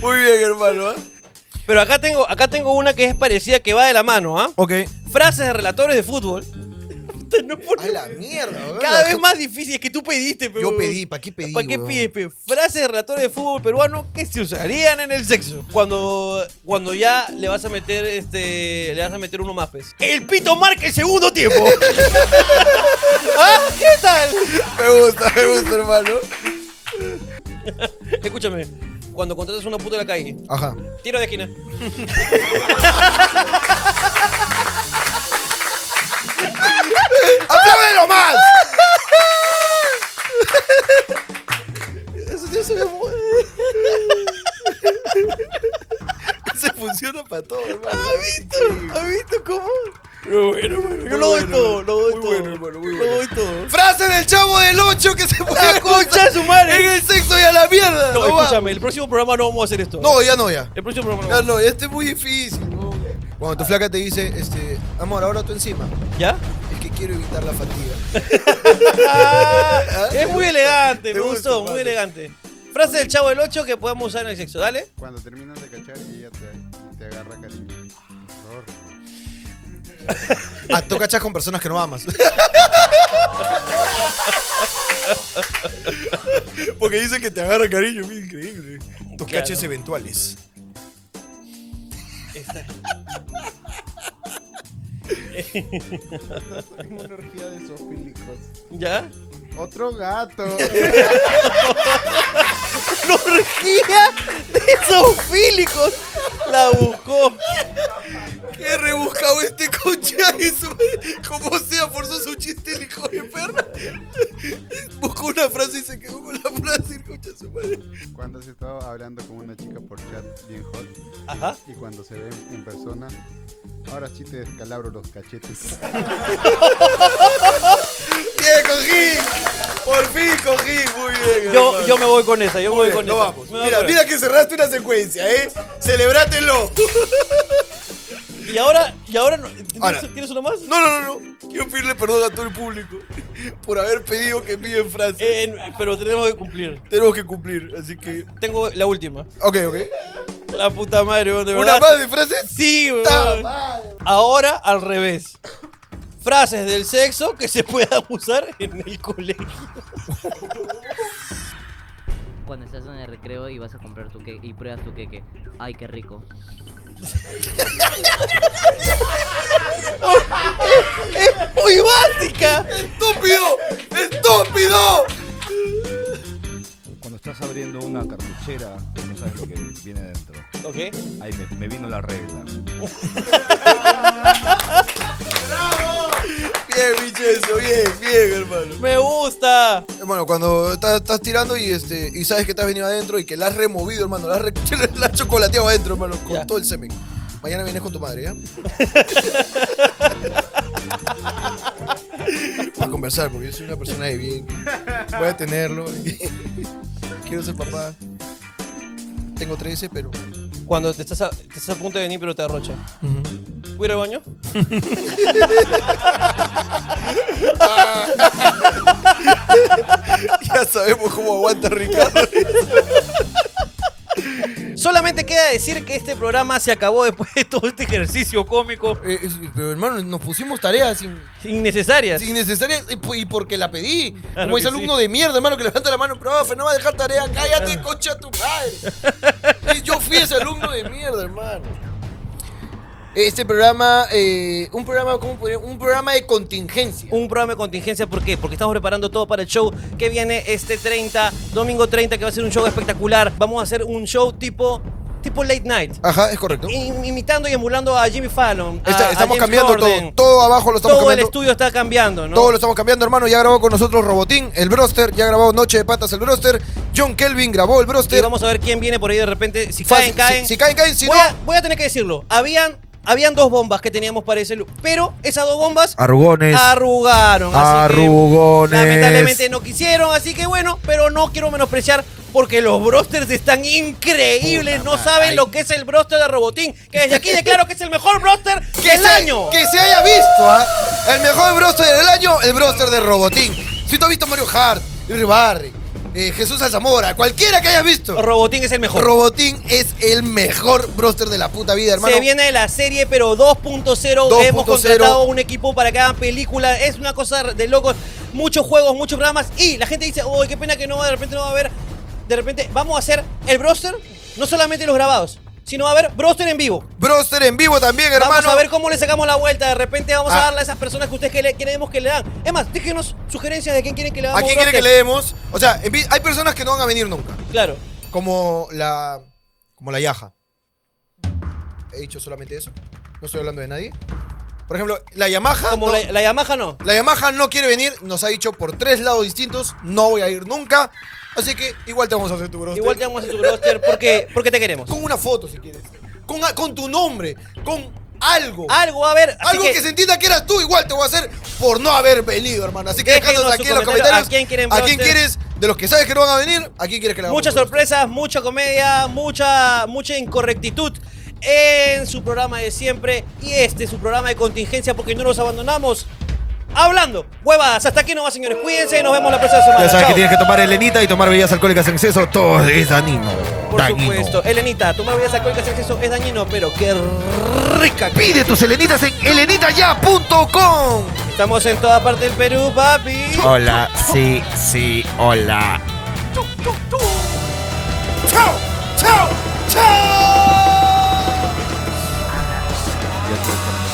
Muy bien, hermano. ¿ah?
Pero acá tengo, acá tengo una que es parecida que va de la mano, ¿ah?
Ok.
Frases de relatores de fútbol. [LAUGHS] Te no
A
pone-
la mierda, weón.
Cada vez más difícil, es que tú pediste, pero.
Yo pedí, ¿para qué pedí?
¿Para qué
weón?
pides, pe? Frases de relatores de fútbol peruano que se usarían en el sexo. Cuando, cuando ya le vas a meter este. Le vas a meter uno más, pues. El pito marca el segundo tiempo. [LAUGHS] ¿Ah? ¿Qué tal?
Me gusta, me gusta, hermano.
Escúchame. Cuando contratas a una puta en la calle,
Ajá.
tiro de esquina.
¡Apláudelo más! Eso funciona para todo, hermano. ¿Has visto? ¿Has visto cómo?
bueno, Yo lo doy todo, lo doy todo. Lo doy todo.
Frase del chavo del 8 que se puede
Concha de su madre.
en el sexo y a la mierda.
No,
va.
escúchame, el próximo programa no vamos a hacer esto.
No, ya no, ya.
El próximo programa no
Ya
vamos
no, ya este es muy difícil. ¿no? Cuando tu flaca te dice, este, amor, ahora tú encima. [LAUGHS]
¿Ya?
Es que quiero evitar la fatiga.
Ah, es muy elegante,
Te
me
gusta,
gustó, muy
padre.
elegante. Frase del chavo del 8 que podemos usar en el sexo, dale.
Cuando terminas de cachar y ella te, te agarra cariño. Por favor.
Ah, tú cachas con personas que no amas. Porque dicen que te agarra cariño, es increíble. Tus
Claro.
caches eventuales.
Tengo una orgía de sofílicos.
¿Ya?
Otro [LAUGHS] gato.
¡Una orgía de zoofílicos! La buscó.
Qué rebuscado este concha eso. Como sea, forzó su chiste el hijo de perra. Buscó una frase y se quedó con la frase, el concha de su madre.
Cuando se estaba hablando con una chica por chat bien hot
Ajá.
y cuando se ven en persona, ahora sí te descalabro los cachetes.
Bien, cogí. Por fin cogí. Muy bien.
Yo,
hermano.
yo me voy con esa, yo me voy con
No
esa.
vamos.
Me voy
Mira,
con
mira que cerraste una secuencia, ¿eh? Celebrátelo.
esa. Y ahora, y ahora, no- ¿tienes,
Ahora.
¿tienes una más?
No, no, no, no. Quiero pedirle perdón a todo el público por haber pedido que piden frases.
Eh, pero tenemos que cumplir.
Tenemos que cumplir, así que.
Tengo la última.
Ok, ok.
La puta madre, weón, de
¿Una
verdad.
más de frases?
Sí,
¡Ta
weón.
madre!
Ahora al revés. Frases del sexo que se puedan usar en el colegio.
Cuando estás en el recreo y vas a comprar tu queque y pruebas tu queque. Ay, qué rico.
¡Es muy básica!
¡Estúpido! ¡Estúpido!
Cuando estás abriendo una cartuchera, no sabes lo que viene dentro.
Ok.
Ahí me, me vino la regla.
Bien, Vincenzo, bien, bien, hermano.
¡Me gusta!
Hermano, cuando estás, estás tirando y este y sabes que estás venido adentro y que la has removido, hermano, la has, re- [LAUGHS] la has chocolateado adentro, hermano, con
Ya.
todo el semen. Mañana vienes con tu madre, [LAUGHS] ¿ya? Para conversar, porque yo soy una persona de bien. Voy a tenerlo. [LAUGHS] Quiero ser papá. Tengo 13, pero.
Cuando te estás a, te estás a punto de venir, pero te arrocha. ¿Voy a ir al baño?
Ya sabemos cómo aguanta Ricardo.
Solamente queda decir que este programa se acabó después de todo este ejercicio cómico.
Eh, es- pero hermano, nos pusimos tareas sin.
Innecesarias.
Es innecesaria y po- y porque la pedí.
Claro
Como ese
que
alumno de mierda, hermano, que levanta la mano, profe, no va a dejar tarea, cállate, concha tu madre. Y yo fui ese alumno de mierda, hermano. Este programa, eh, un programa, ¿cómo podría? Un programa de contingencia.
Un programa de contingencia, ¿por qué? Porque estamos preparando todo para el show que viene este 30, domingo 30, que va a ser un show espectacular. Vamos a hacer un show tipo, tipo late night.
Ajá, es correcto.
Im- imitando y emulando a Jimmy Fallon. a-
Está-
a
estamos
James
cambiando todo.
Corden.
Todo abajo lo estamos
Todo el
cambiando.
estudio está cambiando, ¿no?
Todo lo estamos cambiando, hermano. Ya grabó con nosotros Robotín, el Broster. Ya grabó Noche de Patas, el Broster. John Kelvin grabó el
Y
Broster.
vamos a ver quién viene por ahí de repente. Si
Fácil,
caen, caen.
Si, si caen, caen. Si
voy,
no,
a, voy a tener que decirlo. Habían, habían dos bombas que teníamos para ese lu- Pero esas dos bombas
Arrugones.
arrugaron. así que
Arrugones.
lamentablemente no quisieron, así que bueno, pero no quiero menospreciar porque los brosters están increíbles. no saben lo que es el broster de Robotín. Que desde aquí declaro que es el mejor broster del
se-
año.
Que se haya visto, ¿ah? El mejor broster del año, el broster de Robotín. Si tú has visto Mario Hart, Ribarri, eh, Jesús Alzamora, cualquiera que hayas visto,
Robotín es el mejor.
Robotín es el mejor broster de la puta vida, hermano.
Se viene la serie, pero 2.0.
2.0.
Hemos contratado un equipo para que hagan película. Es una cosa de locos. Muchos juegos, muchos programas. Y la gente dice, uy, qué pena que no, de repente no va a haber. De repente, vamos a hacer el broster, no solamente los grabados, sino va a haber broster en vivo.
Broster en vivo también, hermano.
Vamos a ver cómo le sacamos la vuelta. De repente vamos a
Ah.
darle a esas personas que ustedes que le- queremos que le dan. Es más, déjenos sugerencias de quién quieren que le
¿A
hagamos
quién quiere que
broster.
leemos? O sea, en vi- hay personas que no van a venir nunca.
Claro.
Como la. Como la Yaja. He dicho solamente eso. No estoy hablando de nadie. Por ejemplo, la Yamaha.
Como
Ah, no-
la, la Yamaha no.
La Yamaha no quiere venir, nos ha dicho por tres lados distintos, no voy a ir nunca. Así que igual te vamos a hacer tu broster.
Igual te vamos a hacer tu broster porque, porque te queremos.
Con una foto si quieres. Con, a- con tu nombre, con algo.
Algo va a haber. así
algo que, se entienda que eras tú, igual te voy a hacer por no haber venido, hermano. Así que
Déjenos
dejadnos
sus
aquí en los comentarios.
comentarios, a quién quieren broster.
quieres? De los que sabes que no van a venir, ¿a quién quieres que le hagamos
Muchas
tu broster?
sorpresas, mucha comedia, mucha, mucha incorrectitud en su programa de siempre y este es su programa de contingencia porque no los abandonamos. Hablando, huevadas, hasta aquí nomás señores, cuídense y nos vemos la próxima semana.
Ya sabes que
Chao.
tienes que tomar helenita y tomar bebidas alcohólicas en exceso. Todo es dañino.
Por
dañino.
supuesto, Elenita, tomar bebidas alcohólicas en exceso es dañino, pero qué rica.
Pide tus helenitas en helenitaya.com.
Estamos en toda parte del Perú, papi.
Hola, sí, sí, hola.
¡Chao!